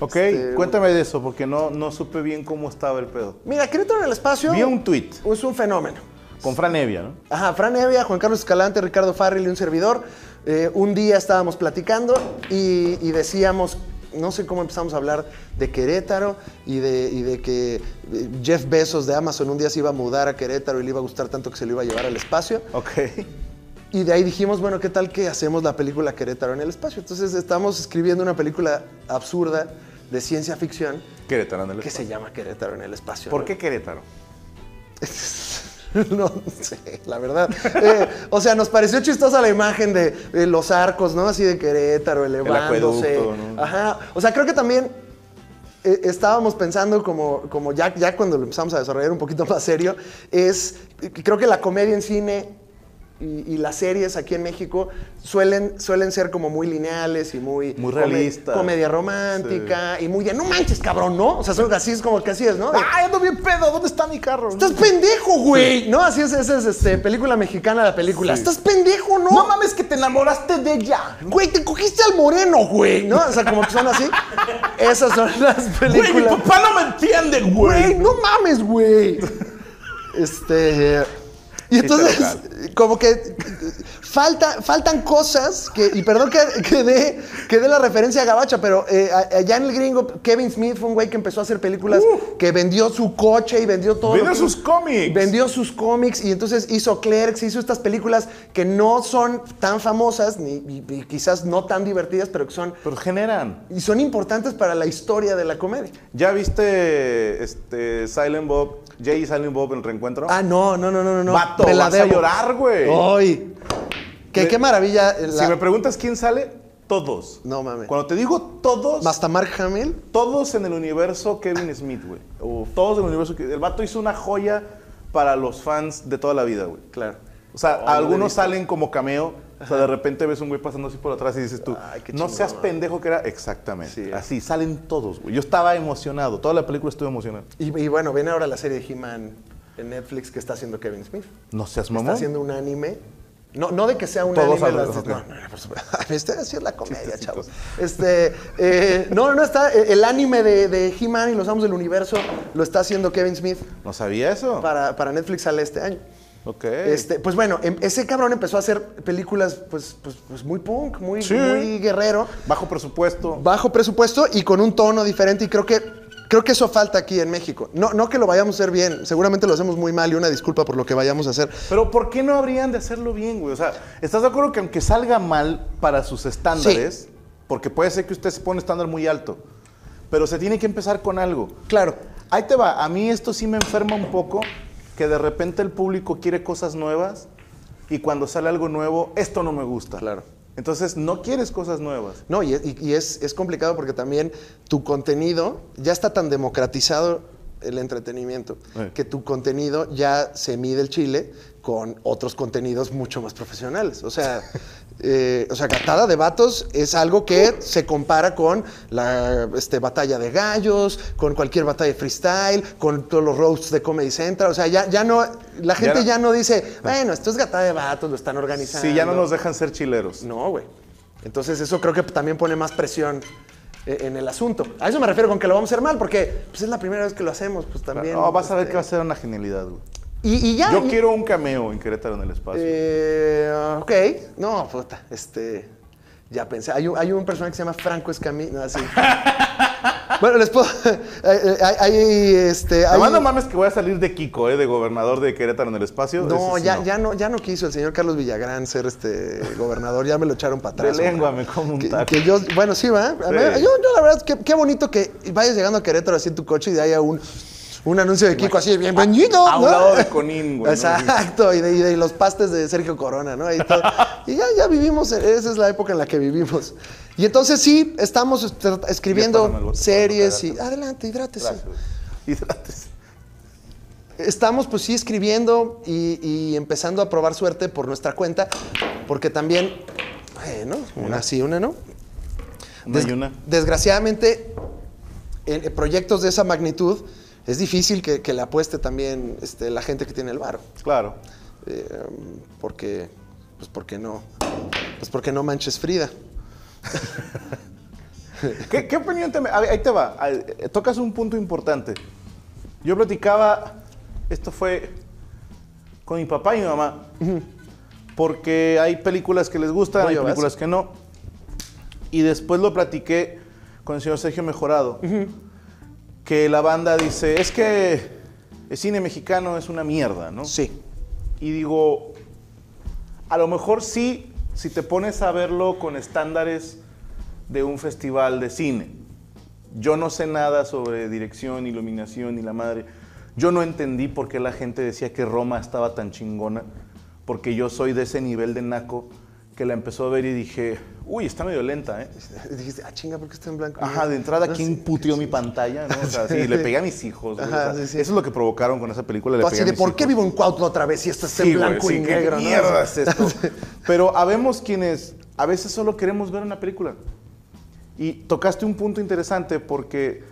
Speaker 1: ok,
Speaker 2: este,
Speaker 1: cuéntame de eso porque no, no supe bien cómo estaba el pedo.
Speaker 2: Mira, Querétaro en el espacio
Speaker 1: Vi un tweet
Speaker 2: es un fenómeno.
Speaker 1: con Fran Evia, ¿no?
Speaker 2: Ajá, Fran Evia, Juan Carlos Escalante, Ricardo Farrell y un servidor. Eh, un día estábamos platicando y, y decíamos, no sé cómo empezamos a hablar de Querétaro y de, y de que eh, Jeff Bezos de Amazon un día se iba a mudar a Querétaro y le iba a gustar tanto que se lo iba a llevar al espacio.
Speaker 1: Ok.
Speaker 2: Y de ahí dijimos, bueno, ¿qué tal que hacemos la película Querétaro en el espacio? Entonces estamos escribiendo una película absurda de ciencia ficción
Speaker 1: Querétaro, ¿no?
Speaker 2: que se llama Querétaro en el
Speaker 1: Pues,
Speaker 2: espacio.
Speaker 1: ¿Por qué Querétaro?
Speaker 2: No sé, la verdad. Eh, o sea, nos pareció chistosa la imagen de, eh, los arcos, ¿no? Así de Querétaro elevándose.
Speaker 1: acueducto, ¿no?
Speaker 2: Ajá. O sea, creo que también eh, estábamos pensando como, como ya, ya cuando lo empezamos a desarrollar un poquito más serio, es, eh, creo que la comedia en cine y, y las series aquí en México suelen, suelen ser como muy lineales y muy...
Speaker 1: Muy
Speaker 2: come-
Speaker 1: realistas.
Speaker 2: Comedia romántica y muy de, no manches, cabrón, ¿no? O sea, son- así es como que así es, ¿no? De-
Speaker 1: ¡Ay, ando bien pedo! ¿Dónde está mi carro?
Speaker 2: Estás pendejo, güey. No, así es, esa es este, película mexicana la película.
Speaker 1: Sí.
Speaker 2: Estás pendejo, ¿no?
Speaker 1: ¡No mames que te enamoraste de ella!
Speaker 2: Güey, te cogiste al moreno, güey. ¿No? O sea, como que son así. Esas son las
Speaker 1: ¡Güey, mi
Speaker 2: películas.
Speaker 1: papá no me entiende,
Speaker 2: Güey,
Speaker 1: güey!
Speaker 2: no mames, güey. Este. Y entonces,
Speaker 1: local.
Speaker 2: como que falta, faltan cosas que, y perdón que, que dé que dé la referencia a Gabacha, pero eh, a- allá en el gringo, Kevin Smith fue un güey que empezó a hacer películas,
Speaker 1: Uh.
Speaker 2: que vendió su coche y vendió todo. lo
Speaker 1: Vendió
Speaker 2: que-
Speaker 1: sus cómics.
Speaker 2: Vendió sus cómics y entonces hizo Clerks, hizo estas películas que no son tan famosas ni y- y quizás no tan divertidas, pero que son,
Speaker 1: Pero generan.
Speaker 2: y son importantes para la historia de la comedia.
Speaker 1: ¿Ya viste este, Silent Bob, Jay y Silent Bob en el reencuentro?
Speaker 2: Ah, no, no, no, no, no.
Speaker 1: Vato,
Speaker 2: me la
Speaker 1: vas a
Speaker 2: debo.
Speaker 1: llorar, güey.
Speaker 2: Ay. Que
Speaker 1: Me-
Speaker 2: qué maravilla. eh, la-
Speaker 1: Si me preguntas quién sale, todos.
Speaker 2: No mames.
Speaker 1: Cuando te digo todos,
Speaker 2: Hasta Mark Hamill.
Speaker 1: todos en el universo Kevin Smith, güey. O Todos en el universo. El vato hizo una joya para los fans de toda la vida, güey.
Speaker 2: Claro.
Speaker 1: O sea,
Speaker 2: Oh, no lo he
Speaker 1: algunos
Speaker 2: visto.
Speaker 1: salen como cameo. O sea, de repente ves un güey pasando así por atrás y dices tú,
Speaker 2: Ay, qué
Speaker 1: no
Speaker 2: chingón,
Speaker 1: seas
Speaker 2: ¿no?"
Speaker 1: pendejo que era. Exactamente.
Speaker 2: Sí.
Speaker 1: Así, salen todos, güey. Yo estaba emocionado. Toda la película estuve emocionado.
Speaker 2: Y, y bueno, viene ahora la serie de He-Man en Netflix que está haciendo Kevin Smith.
Speaker 1: No seas
Speaker 2: Está
Speaker 1: mamón.
Speaker 2: haciendo un anime. No, no de que sea un
Speaker 1: Todos
Speaker 2: anime.
Speaker 1: alrededor,
Speaker 2: las-
Speaker 1: ok.
Speaker 2: No, no, por supuesto. Este, así es la comedia,
Speaker 1: Chistecitos.
Speaker 2: chavos. Este, eh, no, no, está. eh, El anime de, de He-Man y los Amos del Universo lo está haciendo Kevin Smith
Speaker 1: No sabía eso.
Speaker 2: para, para Netflix sale este año.
Speaker 1: Ok.
Speaker 2: Este, pues bueno, em- ese cabrón empezó a hacer películas pues, pues, pues muy punk, muy,
Speaker 1: Sí.
Speaker 2: muy guerrero,
Speaker 1: Bajo presupuesto.
Speaker 2: bajo presupuesto y con un tono diferente. Y creo que Creo que eso falta aquí en México. No, no que lo vayamos a hacer bien, seguramente lo hacemos muy mal y una disculpa por lo que vayamos a hacer.
Speaker 1: Pero ¿por qué no habrían de hacerlo bien, güey? O sea, ¿estás de acuerdo que aunque salga mal para sus estándares, porque puede ser que usted se pone un estándar muy alto, pero se tiene que empezar con algo.
Speaker 2: Claro,
Speaker 1: Ahí te va, a mí esto sí me enferma un poco, que de repente el público quiere cosas nuevas y cuando sale algo nuevo, esto no me gusta.
Speaker 2: Claro.
Speaker 1: Entonces no quieres cosas nuevas.
Speaker 2: No, y, y- y es, es complicado porque también tu contenido ya está tan democratizado el entretenimiento
Speaker 1: Sí.
Speaker 2: que tu contenido ya se mide el chile con otros contenidos mucho más profesionales. O sea, eh, o sea, Gatada de Vatos es algo que se compara con la este, batalla de gallos, con cualquier batalla de freestyle, con todos los roasts de Comedy Central. O sea, ya, ya no, la gente
Speaker 1: no-
Speaker 2: ya no, dice, bueno, esto es Gatada de Vatos, lo están organizando.
Speaker 1: Si ya no nos dejan ser chileros.
Speaker 2: No, güey. Entonces eso creo que también pone más presión eh, en el asunto. A eso me refiero con que lo vamos a hacer mal, porque pues, es la primera vez que lo hacemos, pues también.
Speaker 1: No, vas a ver
Speaker 2: este,
Speaker 1: que va a ser una genialidad, güey.
Speaker 2: Y, y ya.
Speaker 1: Yo
Speaker 2: y-
Speaker 1: quiero un cameo en Querétaro en el espacio.
Speaker 2: eh, ok. No, puta. Este. Ya pensé. Hay un, hay un personaje que se llama Franco Escamilla. así. bueno, les puedo. eh, eh, hay, hay, este. hay-
Speaker 1: Además, no mames que voy a salir de Kiko, ¿eh? De gobernador de Querétaro en el espacio. Ese
Speaker 2: No,
Speaker 1: sí
Speaker 2: ya, ya no, ya no quiso el señor Carlos Villagrán ser este gobernador, ya me lo echaron para atrás.
Speaker 1: De lengua
Speaker 2: hombre.
Speaker 1: me como un
Speaker 2: Que-
Speaker 1: taco.
Speaker 2: que yo, bueno, sí, va. A
Speaker 1: Sí.
Speaker 2: ver, Yo, yo, la verdad, que- qué bonito que vayas llegando a Querétaro así en tu coche y haya un, un anuncio de Kiko así, bienvenido.
Speaker 1: a un
Speaker 2: ¿no?
Speaker 1: lado de Conin, güey, ¿no?
Speaker 2: Exacto, y de, y de los pastes de Sergio Corona, ¿no? Ahí todo. Y ya, ya vivimos, e, esa es la época en la que vivimos. Y entonces sí, estamos este,
Speaker 1: Ya pásame el
Speaker 2: escribiendo
Speaker 1: bote,
Speaker 2: series
Speaker 1: para
Speaker 2: y...
Speaker 1: no
Speaker 2: Adelante, hidrátese.
Speaker 1: Gracias, güey. Hidrátese.
Speaker 2: Estamos pues sí escribiendo y, y empezando a probar suerte por nuestra cuenta, porque también, bueno, una sí, una no.
Speaker 1: Una
Speaker 2: Des-
Speaker 1: y una.
Speaker 2: Desgraciadamente, en, en proyectos de esa magnitud es difícil que, que le apueste también este, la gente que tiene el varo,
Speaker 1: Claro.
Speaker 2: Eh, porque, pues porque no, pues porque no manches Frida.
Speaker 1: ¿Qué, qué opinión te... me- a ver, ahí te va. Ah, eh, Tocas un punto importante. Yo platicaba, esto fue con mi papá y mi mamá, porque hay películas que les gustan, hay
Speaker 2: Oye, ¿vas?
Speaker 1: películas que no. Y después lo platiqué con el señor Sergio Mejorado, que la banda dice, es que el cine mexicano es una mierda, ¿no?
Speaker 2: Sí,
Speaker 1: Y digo, a lo mejor sí, si te pones a verlo con estándares de un festival de cine. Yo no sé nada sobre dirección, iluminación y la madre. Yo no entendí por qué la gente decía que Roma estaba tan chingona, porque yo soy de ese nivel de naco que la empezó a ver y dije, uy, está medio lenta, ¿eh?
Speaker 2: dijiste, ah chinga, ¿por qué está en blanco? y
Speaker 1: Ajá,
Speaker 2: negro?"
Speaker 1: de entrada,
Speaker 2: No,
Speaker 1: ¿quién
Speaker 2: sí.
Speaker 1: puteó mi pantalla? ¿no? O sea, sí, le pegué a mis hijos. güey.
Speaker 2: Ajá,
Speaker 1: O sea,
Speaker 2: sí, sí.
Speaker 1: Eso es lo que provocaron con esa película. Le
Speaker 2: Tú
Speaker 1: pegué
Speaker 2: así
Speaker 1: a
Speaker 2: de,
Speaker 1: mis
Speaker 2: ¿por qué
Speaker 1: hijos".
Speaker 2: vivo en Cuautla otra vez y esto está
Speaker 1: Sí,
Speaker 2: en blanco
Speaker 1: güey,
Speaker 2: y
Speaker 1: sí, ¿qué
Speaker 2: negro? ¿no?
Speaker 1: mierda es esto? Pero habemos quienes a veces solo queremos ver una película. Y tocaste un punto interesante porque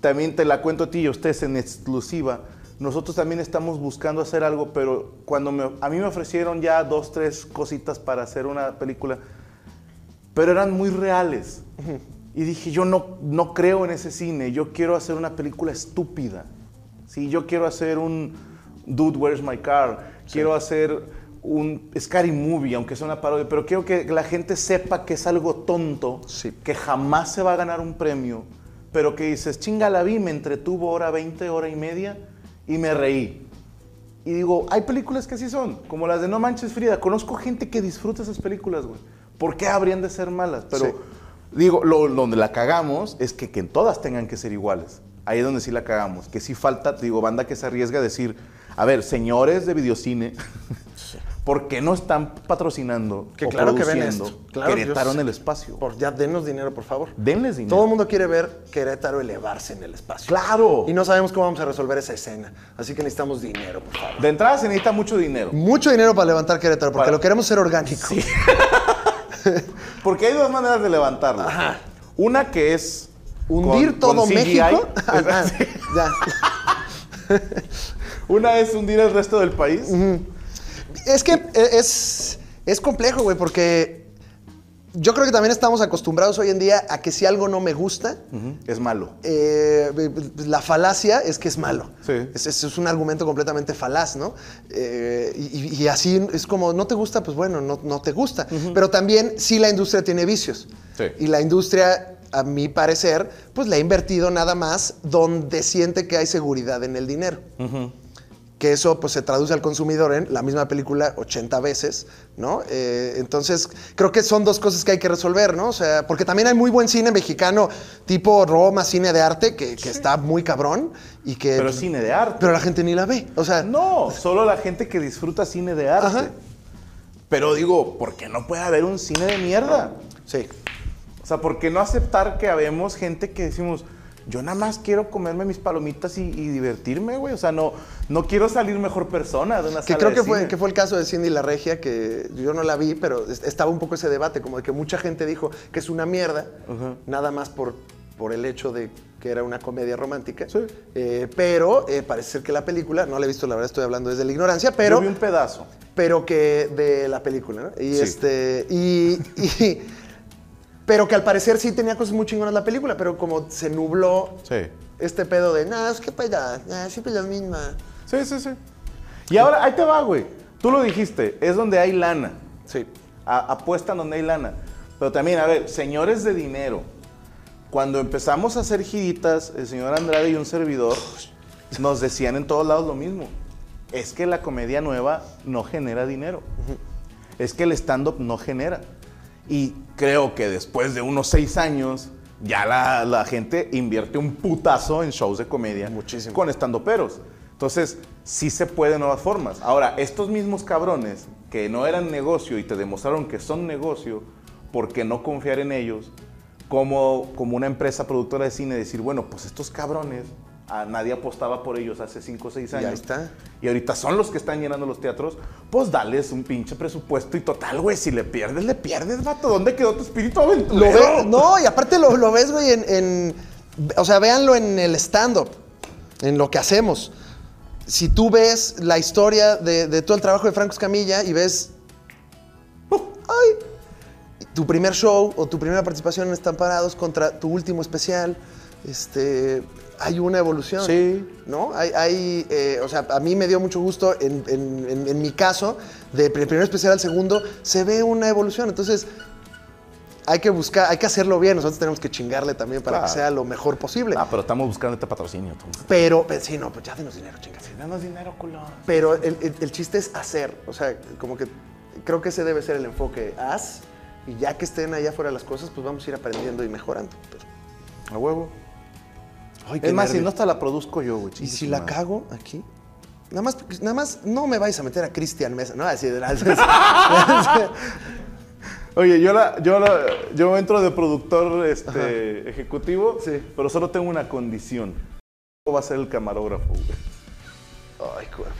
Speaker 1: también te la cuento a ti y a ustedes en exclusiva. Nosotros también estamos buscando hacer algo, pero cuando me- a mí me ofrecieron ya dos, tres cositas para hacer una película, pero eran muy reales. Y dije, yo no, no creo en ese cine, yo quiero hacer una película estúpida. Sí, yo quiero hacer un Dude, Where's My Car? Quiero hacer un Scary Movie, aunque sea una parodia, pero quiero que la gente sepa que es algo tonto,
Speaker 2: Sí.
Speaker 1: que jamás se va a ganar un premio, pero que dices, chinga la vi, me entretuvo hora 20, hora y media y me reí. Y digo, hay películas que así son, como las de No Manches Frida. Conozco gente que disfruta esas películas, güey. ¿Por qué habrían de ser malas? Pero
Speaker 2: Sí.
Speaker 1: digo, lo, donde la cagamos es que, que en todas tengan que ser iguales. Ahí es donde sí la cagamos. Que sí falta, te digo, banda que se arriesga a decir, a ver, señores de videocine, ¿por qué no están patrocinando
Speaker 2: Que
Speaker 1: o
Speaker 2: claro que ven
Speaker 1: produciendo
Speaker 2: esto. Claro,
Speaker 1: Querétaro
Speaker 2: yo
Speaker 1: en
Speaker 2: sé.
Speaker 1: el espacio?
Speaker 2: Por, ya denos dinero, por favor.
Speaker 1: Denles dinero.
Speaker 2: Todo el mundo quiere ver Querétaro elevarse en el espacio.
Speaker 1: ¡Claro!
Speaker 2: Y no sabemos cómo vamos a resolver esa escena. Así que necesitamos dinero, por favor.
Speaker 1: De entrada se necesita mucho dinero.
Speaker 2: Mucho dinero para levantar Querétaro, porque
Speaker 1: Para-
Speaker 2: lo queremos ser orgánico.
Speaker 1: Porque hay dos maneras de levantarlo. Una que es...
Speaker 2: Hundir
Speaker 1: con-
Speaker 2: todo
Speaker 1: con CGI.
Speaker 2: México. Ah, ah, ya.
Speaker 1: Una es hundir el resto del país.
Speaker 2: Es que eh, es, es complejo, güey, porque yo creo que también estamos acostumbrados hoy en día a que si algo no me gusta,
Speaker 1: Ujú, Es malo.
Speaker 2: eh, la falacia es que es malo.
Speaker 1: Sí.
Speaker 2: Es, es- es un argumento completamente falaz, ¿no? Eh, y, y así es como, no te gusta, pues bueno, no, no te gusta. Pero también sí la industria tiene vicios.
Speaker 1: Sí.
Speaker 2: Y la industria a mi parecer, pues le ha invertido nada más donde siente que hay seguridad en el dinero. Que eso pues se traduce al consumidor en la misma película 80 veces, ¿no? Eh, entonces, creo que son dos cosas que hay que resolver, ¿no? O sea, porque también hay muy buen cine mexicano, tipo Roma, cine de arte, que, que está muy cabrón y que... pues,
Speaker 1: Pero cine de arte.
Speaker 2: Pero la gente ni la ve. O sea,
Speaker 1: No, solo la gente que disfruta cine de arte.
Speaker 2: Ajá.
Speaker 1: Pero digo, ¿por qué no puede haber un cine de mierda?
Speaker 2: sí.
Speaker 1: O sea, ¿por qué no aceptar que habemos gente que decimos, yo nada más quiero comerme mis palomitas y, y divertirme, güey? O sea, no, no quiero salir mejor persona de una
Speaker 2: Que
Speaker 1: sala
Speaker 2: creo
Speaker 1: de
Speaker 2: que fue,
Speaker 1: cine.
Speaker 2: que fue el caso de Cindy La Regia, que yo no la vi, pero es- estaba un poco ese debate, como de que mucha gente dijo que es una mierda, nada más por, por el hecho de que era una comedia romántica.
Speaker 1: Sí.
Speaker 2: Eh, pero eh, parece ser que la película, no la he visto, la verdad estoy hablando desde la ignorancia, pero
Speaker 1: Yo vi un pedazo.
Speaker 2: pero que de la película, ¿no? Y
Speaker 1: Sí.
Speaker 2: este y, y- pero que al parecer sí tenía cosas muy chingonas la película, pero como se nubló
Speaker 1: Sí.
Speaker 2: este pedo de, nada, es que pues ya, ya, siempre la misma."
Speaker 1: Sí, sí, sí. Y ahora, ahí te va, güey. Tú lo dijiste, es donde hay lana.
Speaker 2: Sí.
Speaker 1: A- apuestan donde hay lana. Pero también, a ver, señores de dinero, cuando empezamos a hacer giritas, el señor Andrade y un servidor nos decían en todos lados lo mismo. Es que la comedia nueva no genera dinero. Es que el stand-up no genera. Y creo que después de unos seis años, ya la, la gente invierte un putazo en shows de comedia.
Speaker 2: Muchísimo.
Speaker 1: Con estandoperos. Entonces, sí se puede nuevas formas. Ahora, estos mismos cabrones que no eran negocio y te demostraron que son negocio, ¿por qué no confiar en ellos? Como, como una empresa productora de cine, decir, bueno, pues estos cabrones, a nadie apostaba por ellos hace cinco o seis
Speaker 2: Y ahí
Speaker 1: años.
Speaker 2: está.
Speaker 1: Y ahorita son los que están llenando los teatros, pues dales un pinche presupuesto y total, güey, si le pierdes, le pierdes, vato. ¿Dónde quedó tu espíritu
Speaker 2: Lo
Speaker 1: aventurero?
Speaker 2: ve- no, y aparte lo, lo ves, güey, en, en- O sea, véanlo en el stand-up, en lo que hacemos. Si tú ves la historia de, de todo el trabajo de Franco Escamilla y ves. "Uf, ¡Ay! Tu primer show o tu primera participación en Están Parados contra tu último especial, este. Hay una evolución.
Speaker 1: Sí.
Speaker 2: ¿no? Hay, hay, eh, o sea, a mí me dio mucho gusto, en, en- en- en mi caso, del primer especial al segundo, se ve una evolución. Entonces, hay que buscar, hay que hacerlo bien. Nosotros tenemos que chingarle también para
Speaker 1: Claro.
Speaker 2: que sea lo mejor posible.
Speaker 1: Ah, pero estamos buscando este patrocinio, tú.
Speaker 2: Pero, pues, sí, no, pues ya denos dinero, chingas.
Speaker 1: Danos dinero, culo.
Speaker 2: Pero el, el- el chiste es hacer, o sea, como que creo que ese debe ser el enfoque. Haz, y ya que estén allá afuera las cosas, pues vamos a ir aprendiendo y mejorando. Pero-
Speaker 1: A huevo.
Speaker 2: Ay, qué
Speaker 1: Es más, si
Speaker 2: nervios.
Speaker 1: no hasta la produzco yo, güey.
Speaker 2: ¿Y
Speaker 1: chingue
Speaker 2: si
Speaker 1: su
Speaker 2: la
Speaker 1: madre.
Speaker 2: cago aquí? Nada más, nada más no me vais a meter a Cristian Mesa, ¿no? Así de
Speaker 1: Oye, yo, la, yo, la- yo entro de productor este, ejecutivo,
Speaker 2: Sí.
Speaker 1: pero solo tengo una condición. Va a ser el camarógrafo, güey.
Speaker 2: Ay, cuervo.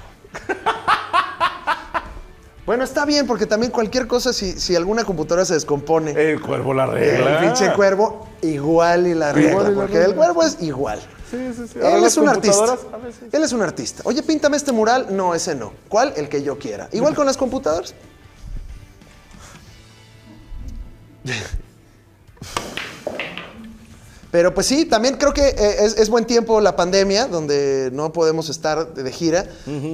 Speaker 2: Bueno, está bien, porque también cualquier cosa, si, si alguna computadora se descompone,
Speaker 1: El cuervo la
Speaker 2: el
Speaker 1: regla.
Speaker 2: pinche cuervo, igual y la regla,
Speaker 1: Eh, Igual y la
Speaker 2: porque
Speaker 1: regla.
Speaker 2: el cuervo es igual.
Speaker 1: Sí, sí, sí. Ahora
Speaker 2: Él
Speaker 1: las
Speaker 2: es un artista.
Speaker 1: computadoras, a veces.
Speaker 2: Él es un artista. Oye, píntame este mural. No, ese no. ¿Cuál? El que yo quiera. Igual con las computadoras. Pero pues sí, también creo que eh, es, es buen tiempo la pandemia, donde no podemos estar de de gira,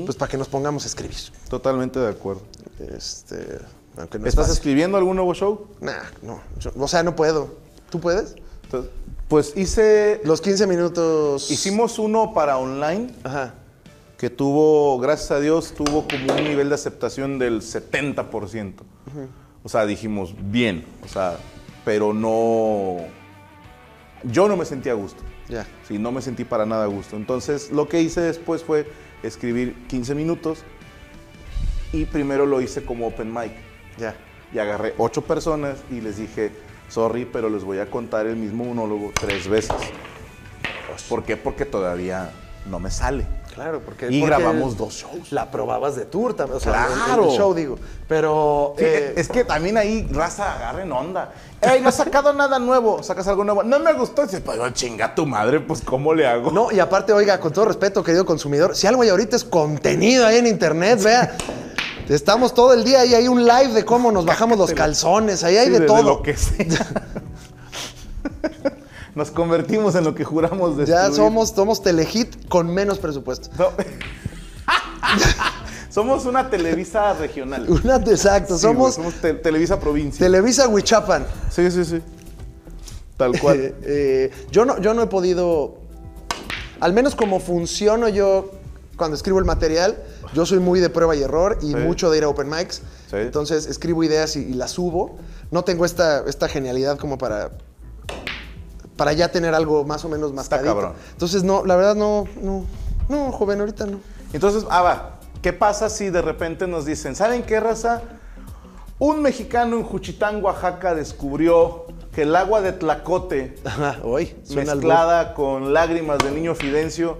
Speaker 2: pues para que nos pongamos a escribir.
Speaker 1: Totalmente de acuerdo.
Speaker 2: Este, aunque no es
Speaker 1: ¿Estás
Speaker 2: fácil.
Speaker 1: escribiendo algún nuevo show?
Speaker 2: Nah, no. Yo- o sea, no puedo. ¿Tú puedes?
Speaker 1: Entonces, Pues hice.
Speaker 2: Los 15 minutos.
Speaker 1: Hicimos uno para online
Speaker 2: Ajá.
Speaker 1: que tuvo, gracias a Dios, tuvo como un nivel de aceptación del 70%. O sea, dijimos, bien. O sea, pero no. Yo no me sentía a gusto.
Speaker 2: Ya.
Speaker 1: Sí, no me sentí para nada a gusto. Entonces, lo que hice después fue escribir 15 minutos y primero lo hice como open mic.
Speaker 2: Ya.
Speaker 1: Y agarré ocho personas y les dije, sorry, pero les voy a contar el mismo monólogo tres veces. ¿Por qué? Porque todavía no me sale.
Speaker 2: Claro, porque.
Speaker 1: Y
Speaker 2: porque
Speaker 1: grabamos dos shows.
Speaker 2: La probabas de tour también. O sea,
Speaker 1: Claro.
Speaker 2: el, el show, digo. Pero.
Speaker 1: Sí,
Speaker 2: eh,
Speaker 1: es que también ahí raza agarren onda. Ey, no has sacado nada nuevo, sacas algo nuevo. No me gustó. Dices, pero chinga tu madre, pues ¿cómo le hago?
Speaker 2: No, y aparte, oiga, con todo respeto, querido consumidor, si algo hay ahorita es contenido ahí en internet, vea. Estamos todo el día y hay un live de cómo nos bajamos los calzones, ahí hay
Speaker 1: Sí,
Speaker 2: de todo.
Speaker 1: lo que sea. Nos convertimos en lo que juramos de
Speaker 2: ya somos, somos telehit con menos presupuesto.
Speaker 1: Somos una Televisa regional.
Speaker 2: Una, exacto,
Speaker 1: Sí,
Speaker 2: somos
Speaker 1: güey, somos te- Televisa provincia.
Speaker 2: Televisa Huichapan.
Speaker 1: Sí, sí, sí. Tal cual.
Speaker 2: Eh, yo, no, yo no he podido, al menos como funciono yo cuando escribo el material, yo soy muy de prueba y error y
Speaker 1: Sí.
Speaker 2: mucho de ir a open mics.
Speaker 1: Sí.
Speaker 2: Entonces escribo ideas y, y las subo. No tengo esta, esta genialidad como para, para ya tener algo más o menos más
Speaker 1: cabrón.
Speaker 2: Entonces no, la verdad no, no, no, joven, ahorita no.
Speaker 1: Entonces, ah, va. ¿Qué pasa si de repente nos dicen, ¿saben qué raza? Un mexicano en Juchitán, Oaxaca, descubrió que el agua de Tlacote
Speaker 2: Ajá, Hoy suena al
Speaker 1: mezclada con lágrimas del niño Fidencio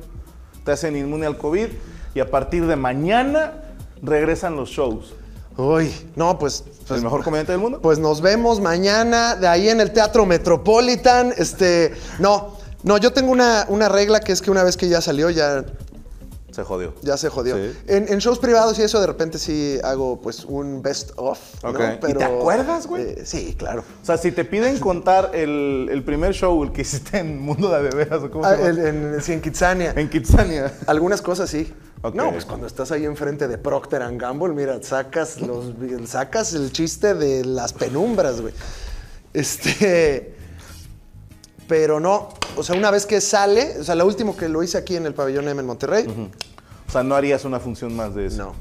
Speaker 1: te hacen inmune al COVID y a partir de mañana regresan los shows.
Speaker 2: Hoy. No, pues, pues,
Speaker 1: ¿El mejor comediante del mundo?
Speaker 2: pues nos vemos mañana de ahí en el Teatro Metropolitan. Este, no, no, yo tengo una, una regla que es que una vez que ya salió ya
Speaker 1: Se jodió.
Speaker 2: Ya se jodió.
Speaker 1: Sí.
Speaker 2: En, en shows privados y eso, de repente sí hago pues un best of. ¿no?
Speaker 1: Ok. ¿Y te acuerdas, güey?
Speaker 2: Eh, sí, claro.
Speaker 1: O sea, si te piden contar el, el primer show, el que hiciste en Mundo de Adeveras, o cómo
Speaker 2: Ah,
Speaker 1: se llama?
Speaker 2: en, en, sí, en Kitsania.
Speaker 1: En Kitsania.
Speaker 2: Algunas cosas sí.
Speaker 1: Ok.
Speaker 2: No, pues cuando estás ahí enfrente de Procter and Gamble, mira, sacas, los, sacas el chiste de las penumbras, güey. Este. Pero no, o sea, una vez que sale, o sea, lo último que lo hice aquí en el pabellón M en Monterrey,
Speaker 1: O sea, no harías una función más de eso.
Speaker 2: no.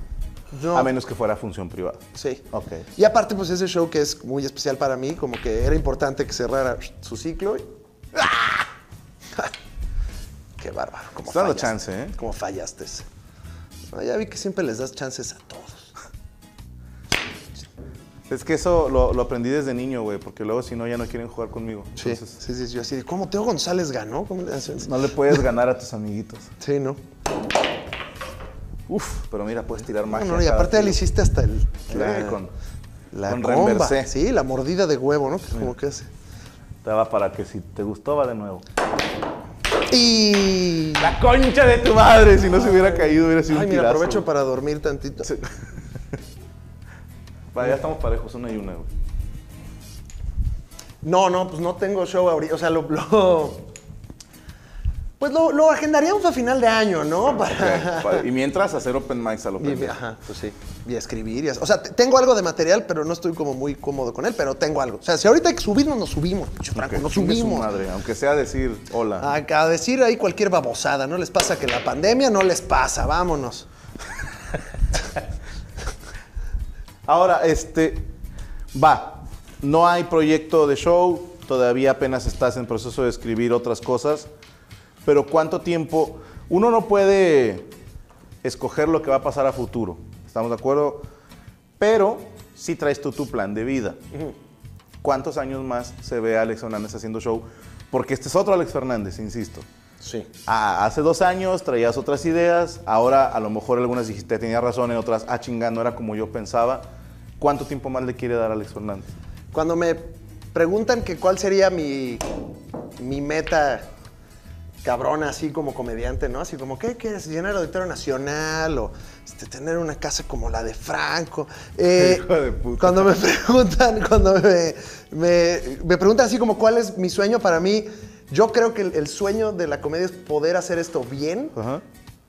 Speaker 2: No.
Speaker 1: A menos que fuera función privada.
Speaker 2: Sí.
Speaker 1: Ok.
Speaker 2: Y aparte, pues ese show que es muy especial para mí, como que era importante que cerrara su ciclo. y- ¡Ah! Qué bárbaro. Como
Speaker 1: Está dando
Speaker 2: fallaste,
Speaker 1: chance, ¿eh?
Speaker 2: Como fallaste. No, ya vi que siempre les das chances a todos.
Speaker 1: Es que eso lo, lo aprendí desde niño, güey, porque luego si no ya no quieren jugar conmigo.
Speaker 2: Sí,
Speaker 1: Entonces,
Speaker 2: sí, sí, Yo así de, ¿cómo Teo González ganó? ¿Cómo le hacen?
Speaker 1: no le puedes ganar a tus amiguitos.
Speaker 2: Sí, ¿no?
Speaker 1: Uf, pero mira, puedes tirar magia.
Speaker 2: No, no, y
Speaker 1: cada
Speaker 2: aparte eh. le
Speaker 1: tiro.
Speaker 2: hiciste hasta el...
Speaker 1: Claro, con,
Speaker 2: la
Speaker 1: con
Speaker 2: comba,
Speaker 1: reversé.
Speaker 2: Sí, la mordida de huevo, ¿no? Que es como que hace.
Speaker 1: Estaba para que si te gustó, va de nuevo.
Speaker 2: Y...
Speaker 1: La concha de tu madre, si no se hubiera caído, hubiera sido
Speaker 2: Ay,
Speaker 1: un
Speaker 2: mira,
Speaker 1: tirazo.
Speaker 2: aprovecho para dormir tantito.
Speaker 1: Sí. Vale, ya estamos parejos, una y una, güey.
Speaker 2: No, no, pues no tengo show ahorita. O sea, lo. lo- pues lo, lo agendaríamos a final de año, ¿no? Para.
Speaker 1: Ok, pa- Y mientras, hacer open mics a lo
Speaker 2: Y,
Speaker 1: pendejo.
Speaker 2: ajá, pues sí. Y escribir. Y, as- o sea, te- tengo algo de material, pero no estoy como muy cómodo con él, pero tengo algo. O sea, si ahorita hay que subirnos, nos subimos. pinche Franco,
Speaker 1: Ok,
Speaker 2: ah, nos
Speaker 1: chingue su
Speaker 2: subimos. Ah,
Speaker 1: madre, aunque sea decir hola.
Speaker 2: A, a decir ahí cualquier babosada, ¿no? Les pasa que la pandemia no les pasa, vámonos.
Speaker 1: Ahora, este, va, no hay proyecto de show, todavía apenas estás en proceso de escribir otras cosas, pero ¿cuánto tiempo? Uno no puede escoger lo que va a pasar a futuro, ¿estamos de acuerdo? Pero sí traes tú tu plan de vida. ¿Cuántos años más se ve a Alex Fernández haciendo show? Porque este es otro Alex Fernández, insisto.
Speaker 2: Sí.
Speaker 1: Ah, hace dos años traías otras ideas, ahora a lo mejor algunas dijiste tenía razón, en otras, ah, chingada, no era como yo pensaba. ¿Cuánto tiempo más le quiere dar a Alex Fernández?
Speaker 2: Cuando me preguntan que cuál sería mi, mi meta cabrona, así como comediante, ¿no? Así como, ¿qué quieres? ¿Llenar el Auditorio Nacional? ¿O este, tener una casa como la de Franco? Eh,
Speaker 1: Hijo de puta.
Speaker 2: Cuando me preguntan, cuando me, me- me preguntan así como, ¿cuál es mi sueño para mí? Yo creo que el, el sueño de la comedia es poder hacer esto bien
Speaker 1: Ajá.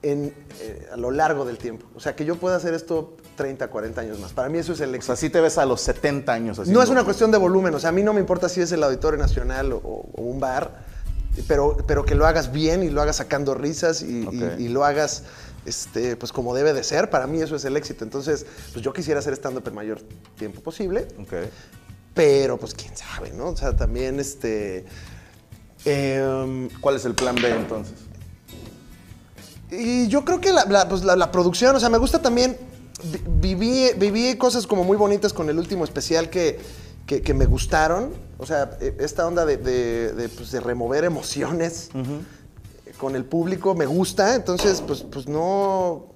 Speaker 2: en, eh, a lo largo del tiempo. O sea, que yo pueda hacer esto 30, 40 años más. Para mí eso es el
Speaker 1: O
Speaker 2: éxito.
Speaker 1: sea, sí te ves a los 70 años así.
Speaker 2: No es una cuestión de volumen, o sea, a mí no me importa si es el Auditorio Nacional o, o un bar, pero, pero que lo hagas bien y lo hagas sacando risas y, y-
Speaker 1: Ok.
Speaker 2: y lo hagas este, pues como debe de ser, para mí eso es el éxito. Entonces, pues yo quisiera hacer stand-up el mayor tiempo posible, pero pues quién sabe, ¿no? O sea, también este... em,
Speaker 1: ¿Cuál es el plan B entonces?
Speaker 2: Y yo creo que la, la- pues, la- la producción, o sea, me gusta también. vi- Viví, viví cosas como muy bonitas con el último especial que, que- que me gustaron. O sea, e- esta onda de, de- de, pues, de remover emociones con el público me gusta. Entonces, pues, pues no.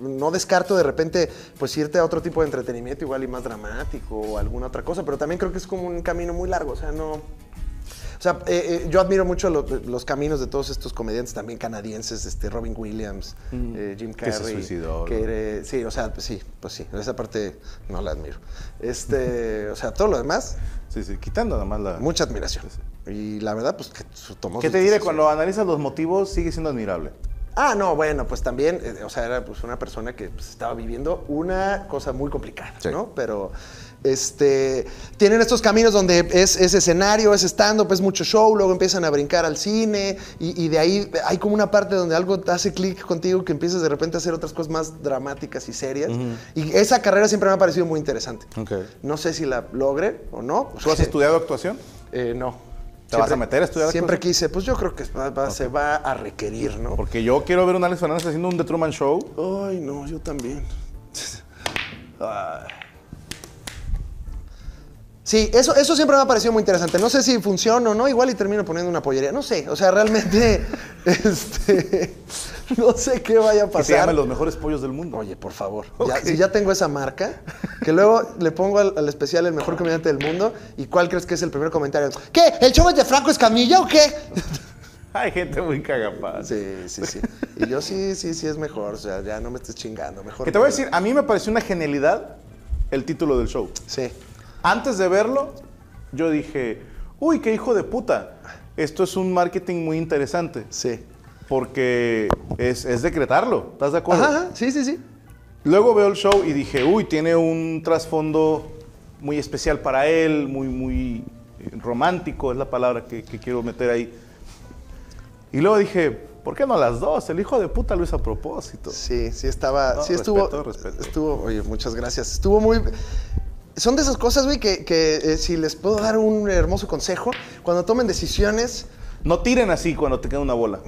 Speaker 2: No descarto de repente pues irte a otro tipo de entretenimiento igual y más dramático o alguna otra cosa, pero también creo que es como un camino muy largo, o sea, no, o sea, eh, eh, yo admiro mucho lo- los caminos de todos estos comediantes también canadienses, este, Robin Williams, eh, Jim
Speaker 1: Mm. Que
Speaker 2: Carrey.
Speaker 1: se suicidó,
Speaker 2: que
Speaker 1: ¿no?
Speaker 2: era- sí, o sea, sí, pues sí, esa parte no la admiro. Este, o sea, todo lo demás,
Speaker 1: Sí, sí, quitando nada más la...
Speaker 2: mucha admiración. Y la verdad, pues que su- tomó
Speaker 1: ¿Qué
Speaker 2: sus
Speaker 1: te diré?
Speaker 2: decisiones.
Speaker 1: Cuando analizas los motivos, sigue siendo admirable.
Speaker 2: Ah, no, bueno, pues también, eh, o sea, era pues, una persona que pues, estaba viviendo una cosa muy complicada,
Speaker 1: Sí.
Speaker 2: ¿no? Pero este, tienen estos caminos donde es, es escenario, es stand-up, es mucho show, luego empiezan a brincar al cine y, y de ahí hay como una parte donde algo hace clic contigo que empiezas de repente a hacer otras cosas más dramáticas y serias. Y esa carrera siempre me ha parecido muy interesante.
Speaker 1: Ok.
Speaker 2: No sé si la logre o no.
Speaker 1: ¿Tú has estudiado actuación?
Speaker 2: Eh, no.
Speaker 1: ¿Te vas a meter a estudiar
Speaker 2: Siempre quise, pues yo creo que va- va- se va a requerir, ¿no?
Speaker 1: Porque yo quiero ver a un Alex Fernández haciendo un The Truman Show.
Speaker 2: Ay, no, yo también. Ay. Sí, eso, eso siempre me ha parecido muy interesante. No sé si funciona o no, igual y termino poniendo una pollería. No sé, o sea, realmente, este, no sé qué vaya a
Speaker 1: Que se llame
Speaker 2: pasar.
Speaker 1: Los Mejores Pollos del Mundo.
Speaker 2: Oye, por favor, ya- si ya tengo esa marca, que luego le pongo al, al especial el mejor comediante del mundo, ¿y cuál crees que es el primer comentario? ¿Qué? ¿El show es de Franco Escamilla o qué?
Speaker 1: Hay gente muy cagapaz.
Speaker 2: Sí, sí, sí. Y yo sí, sí, sí es mejor, o sea, ya no me estés chingando, mejor.
Speaker 1: Que te voy a
Speaker 2: no.
Speaker 1: decir, a mí me pareció una genialidad el título del show.
Speaker 2: Sí.
Speaker 1: Antes de verlo, yo dije, uy, qué hijo de puta. Esto es un marketing muy interesante.
Speaker 2: Sí.
Speaker 1: Porque es, es decretarlo, ¿estás de acuerdo?
Speaker 2: Ajá, ajá, sí, sí, sí.
Speaker 1: Luego veo el show y dije, uy, tiene un trasfondo muy especial para él, muy, muy eh, romántico, es la palabra que, que quiero meter ahí. Y luego dije, ¿por qué no las dos? El hijo de puta lo hizo a propósito.
Speaker 2: Sí, sí estaba,
Speaker 1: No,
Speaker 2: sí estuvo,
Speaker 1: respeto, respeto.
Speaker 2: estuvo, oye, muchas gracias. Estuvo muy, son de esas cosas, güey, que, que, eh, si les puedo dar un hermoso consejo, cuando tomen decisiones,
Speaker 1: No tiren así cuando te queda una bola.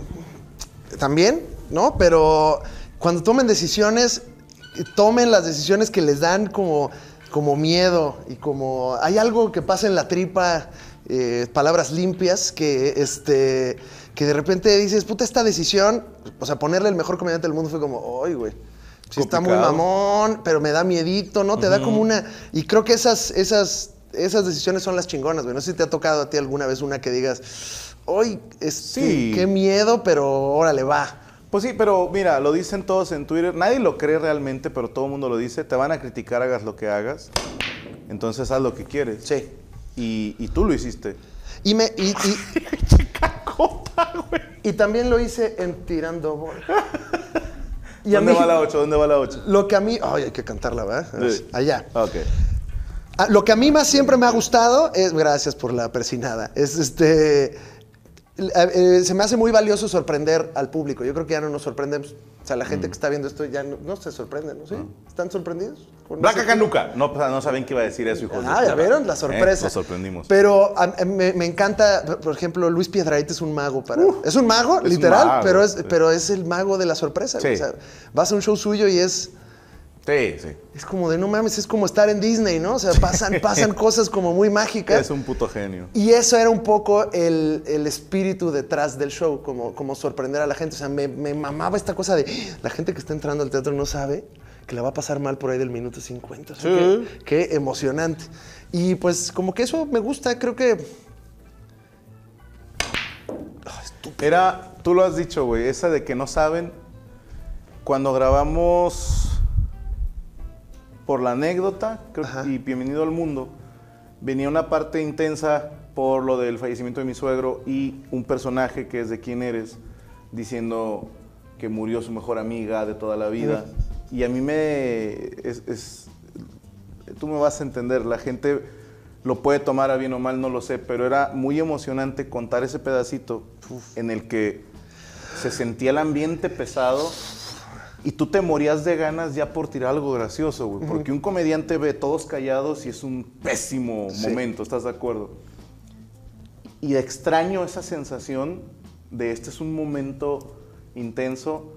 Speaker 2: también, ¿no? Pero cuando tomen decisiones, tomen las decisiones que les dan como, como miedo y como hay algo que pasa en la tripa, eh, palabras limpias, que, este, que de repente dices, puta, esta decisión, o sea, ponerle el mejor comediante del mundo fue como, ay, güey. Sí está muy
Speaker 1: Complicado.
Speaker 2: mamón, pero me da miedito, ¿no? Te da como una... Y creo que esas, esas, esas decisiones son las chingonas, güey. No sé si te ha tocado a ti alguna vez una que digas, hoy,
Speaker 1: Sí.
Speaker 2: sí. qué miedo, pero órale, va.
Speaker 1: Pues sí, pero mira, lo dicen todos en Twitter. Nadie lo cree realmente, pero todo el mundo lo dice. Te van a criticar, hagas lo que hagas. Entonces haz lo que quieres.
Speaker 2: Sí.
Speaker 1: Y, y tú lo hiciste.
Speaker 2: Y, me, y, y- y también lo hice en Tirando Bola. Y a
Speaker 1: ¿Dónde
Speaker 2: mí-
Speaker 1: va la 8? ¿Dónde va la 8?
Speaker 2: Lo que a mí... Ay, hay que cantarla, ¿verdad? Allá.
Speaker 1: Ok.
Speaker 2: Ah, Lo que a mí más siempre me ha gustado es, gracias por la persinada, es este, l- a- eh, se me hace muy valioso sorprender al público. Yo creo que ya no nos sorprendemos. O sea, la
Speaker 1: Mm.
Speaker 2: gente que está viendo esto ya no, no se sorprende, ¿no? ¿Sí? ¿Están sorprendidos? con
Speaker 1: Blanca
Speaker 2: ese-
Speaker 1: Canuca. No, pues, no saben que iba a decir eso, hijo de
Speaker 2: Ah, ya
Speaker 1: puta.
Speaker 2: vieron la
Speaker 1: Eh,
Speaker 2: sorpresa.
Speaker 1: nos sorprendimos.
Speaker 2: Pero a- a- me, me encanta, por- por ejemplo, Luis Piedrahita es un mago para. es un mago,
Speaker 1: un
Speaker 2: literal,
Speaker 1: mago,
Speaker 2: pero, es,
Speaker 1: sí.
Speaker 2: pero es el mago de la sorpresa.
Speaker 1: Sí.
Speaker 2: O sea, vas a un show suyo y es.
Speaker 1: Sí, sí.
Speaker 2: Es como de no mames, es como estar en Disney, ¿no? O sea, pasan, pasan cosas como muy mágicas.
Speaker 1: Es un puto genio.
Speaker 2: Y eso era un poco el, el espíritu detrás del show, como, como sorprender a la gente. O sea, me, me mamaba esta cosa de "Ah, la gente que está entrando al teatro no sabe que la va a pasar mal por ahí del minuto 50. O sea,
Speaker 1: Sí.
Speaker 2: qué, qué emocionante. Y pues como que eso me gusta, creo que... pues,
Speaker 1: Era, tú lo has dicho, güey, esa de que no saben. Cuando grabamos por la anécdota creo,
Speaker 2: Ajá.
Speaker 1: y Bienvenido al Mundo, venía una parte intensa por lo del fallecimiento de mi suegro y un personaje que es de quién eres, diciendo que murió su mejor amiga de toda la vida. Y a mí me... es- es, tú me vas a entender, la gente lo puede tomar a bien o mal, no lo sé, pero era muy emocionante contar ese pedacito en el que se sentía el ambiente pesado y tú te morías de ganas ya por tirar algo gracioso, güey, porque un comediante ve todos callados y es un pésimo
Speaker 2: Sí.
Speaker 1: momento, ¿estás de acuerdo? Y extraño esa sensación de este es un momento intenso,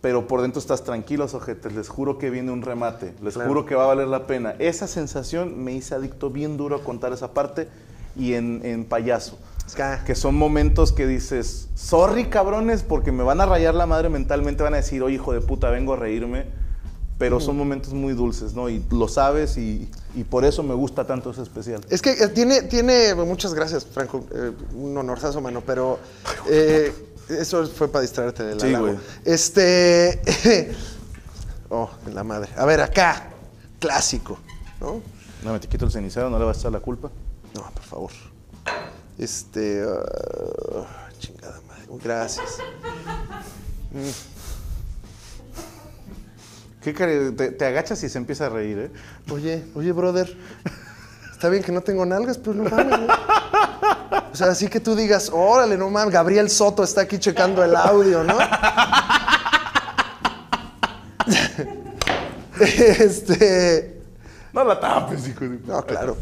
Speaker 1: pero por dentro estás tranquilos, ojetes. Les juro que viene un remate. Les
Speaker 2: Claro.
Speaker 1: juro que va a valer la pena. Esa sensación me hice adicto bien duro a contar esa parte y en, en payaso.
Speaker 2: Es que, ah,
Speaker 1: Que son momentos que dices, sorry cabrones, porque me van a rayar la madre mentalmente, van a decir, oye hijo de puta, vengo a reírme. Pero son momentos muy dulces, ¿no? Y lo sabes y, y por eso me gusta tanto ese especial.
Speaker 2: es que eh, tiene, tiene, muchas gracias Franco, eh, un honorazo mano, pero eh, eso fue para distraerte de la
Speaker 1: Sí, güey.
Speaker 2: Este... oh, en la madre. A ver, acá, clásico, ¿no?
Speaker 1: No, me te quito el cenicero, no le vas a echar la culpa.
Speaker 2: No, por favor. Este. ah, chingada madre. Gracias.
Speaker 1: ¿Qué care- te, te agachas y se empieza a reír, ¿eh?
Speaker 2: Oye, oye, brother. Está bien que no tengo nalgas, pero no mames. güey. O sea, así que tú digas, órale, no mames, Gabriel Soto está aquí checando el audio, ¿no? este.
Speaker 1: No la tapes, hijo de
Speaker 2: No, claro.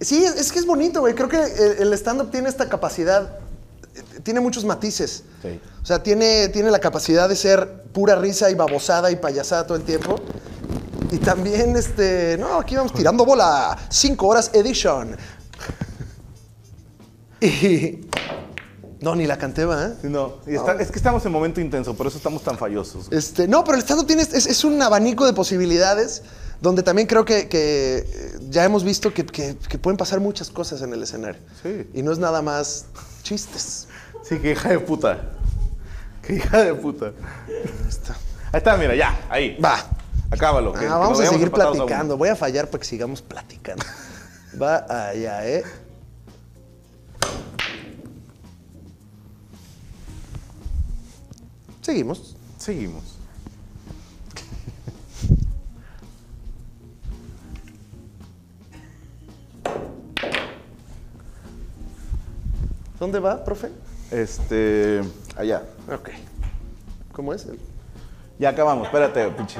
Speaker 2: Sí, es, es que es bonito, güey. Creo que el, el stand-up tiene esta capacidad, eh, tiene muchos matices.
Speaker 1: Sí.
Speaker 2: O sea, tiene, tiene la capacidad de ser pura risa y babosada y payasada todo el tiempo. Y también, este, no, aquí vamos tirando bola. Cinco horas edition. Y... No, ni la canté, ¿va? ¿eh?
Speaker 1: No, y está- es que estamos en momento intenso, por eso estamos tan fallosos.
Speaker 2: Este, no, pero el stand-up tiene- es, es un abanico de posibilidades donde también creo que, que, eh, ya hemos visto que, que- que pueden pasar muchas cosas en el escenario.
Speaker 1: Sí.
Speaker 2: Y no es nada más chistes.
Speaker 1: Sí, qué hija de puta. Qué hija de puta.
Speaker 2: Ahí está.
Speaker 1: Ahí está, mira, ya, ahí.
Speaker 2: Va.
Speaker 1: Acábalo. que-
Speaker 2: Ah,
Speaker 1: que lo
Speaker 2: vamos a
Speaker 1: veamos
Speaker 2: seguir
Speaker 1: empatados a uno.
Speaker 2: platicando. Voy a fallar para que sigamos platicando. Va allá, ¿eh? Seguimos.
Speaker 1: Seguimos.
Speaker 2: ¿Dónde va, profe?
Speaker 1: Este. Allá.
Speaker 2: Ok. ¿Cómo es? el-
Speaker 1: Ya acabamos, espérate, pinche.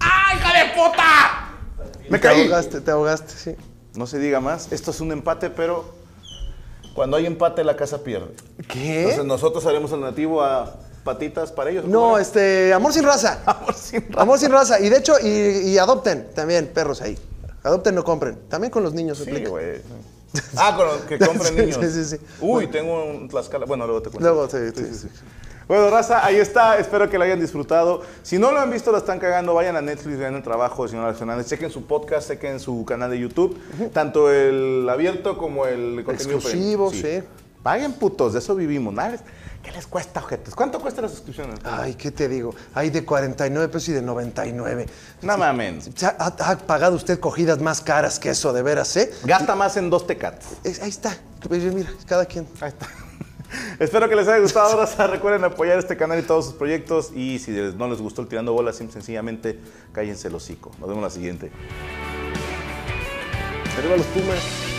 Speaker 3: ¡Ay, hija de puta!
Speaker 1: ¡Me
Speaker 2: te
Speaker 1: caí!
Speaker 2: ahogaste, te ahogaste, sí.
Speaker 1: No se diga más. Esto es un empate, pero cuando hay empate, la casa pierde.
Speaker 2: ¿Qué?
Speaker 1: Entonces, nosotros haremos el nativo a patitas para ellos.
Speaker 2: No,
Speaker 1: ¿cómo era?
Speaker 2: este, amor sin raza.
Speaker 1: Amor sin raza.
Speaker 2: Amor sin raza. Y de hecho, y, y adopten también perros ahí. Adopten o compren. También con los niños. se
Speaker 1: Sí,
Speaker 2: aplica.
Speaker 1: güey. Ah, con los que compren
Speaker 2: Sí,
Speaker 1: niños.
Speaker 2: sí, sí, sí.
Speaker 1: Uy, tengo un Tlaxcala. Bueno, luego te cuento.
Speaker 2: Luego, sí, sí, sí.
Speaker 1: Bueno, raza, ahí está. Espero que lo hayan disfrutado. Si no lo han visto, lo están cagando. Vayan a Netflix, vean el trabajo de señor Alex Fernández. Chequen su podcast, chequen su canal de YouTube. Tanto el abierto como el contenido
Speaker 2: Exclusivo,
Speaker 1: premium.
Speaker 2: sí.
Speaker 1: Paguen putos, de eso vivimos. Nada les- ¿Qué les cuesta, ojetes? ¿Cuánto cuesta la suscripción?
Speaker 2: Ay, ¿qué te digo? Hay de 49 pesos y de 99.
Speaker 1: No mames.
Speaker 2: Ya Ha, ha pagado usted cogidas más caras que eso, de veras, ¿eh?
Speaker 1: Gasta más en dos tecates.
Speaker 2: Es- ahí está. Pues, Mira, cada quien.
Speaker 1: Ahí está. Espero que les haya gustado, Raza. Recuerden apoyar este canal y todos sus proyectos. Y si les- no les gustó el tirando bolas, sim- sencillamente cállense el hocico. Nos vemos en la siguiente.
Speaker 2: Arriba los Pumas.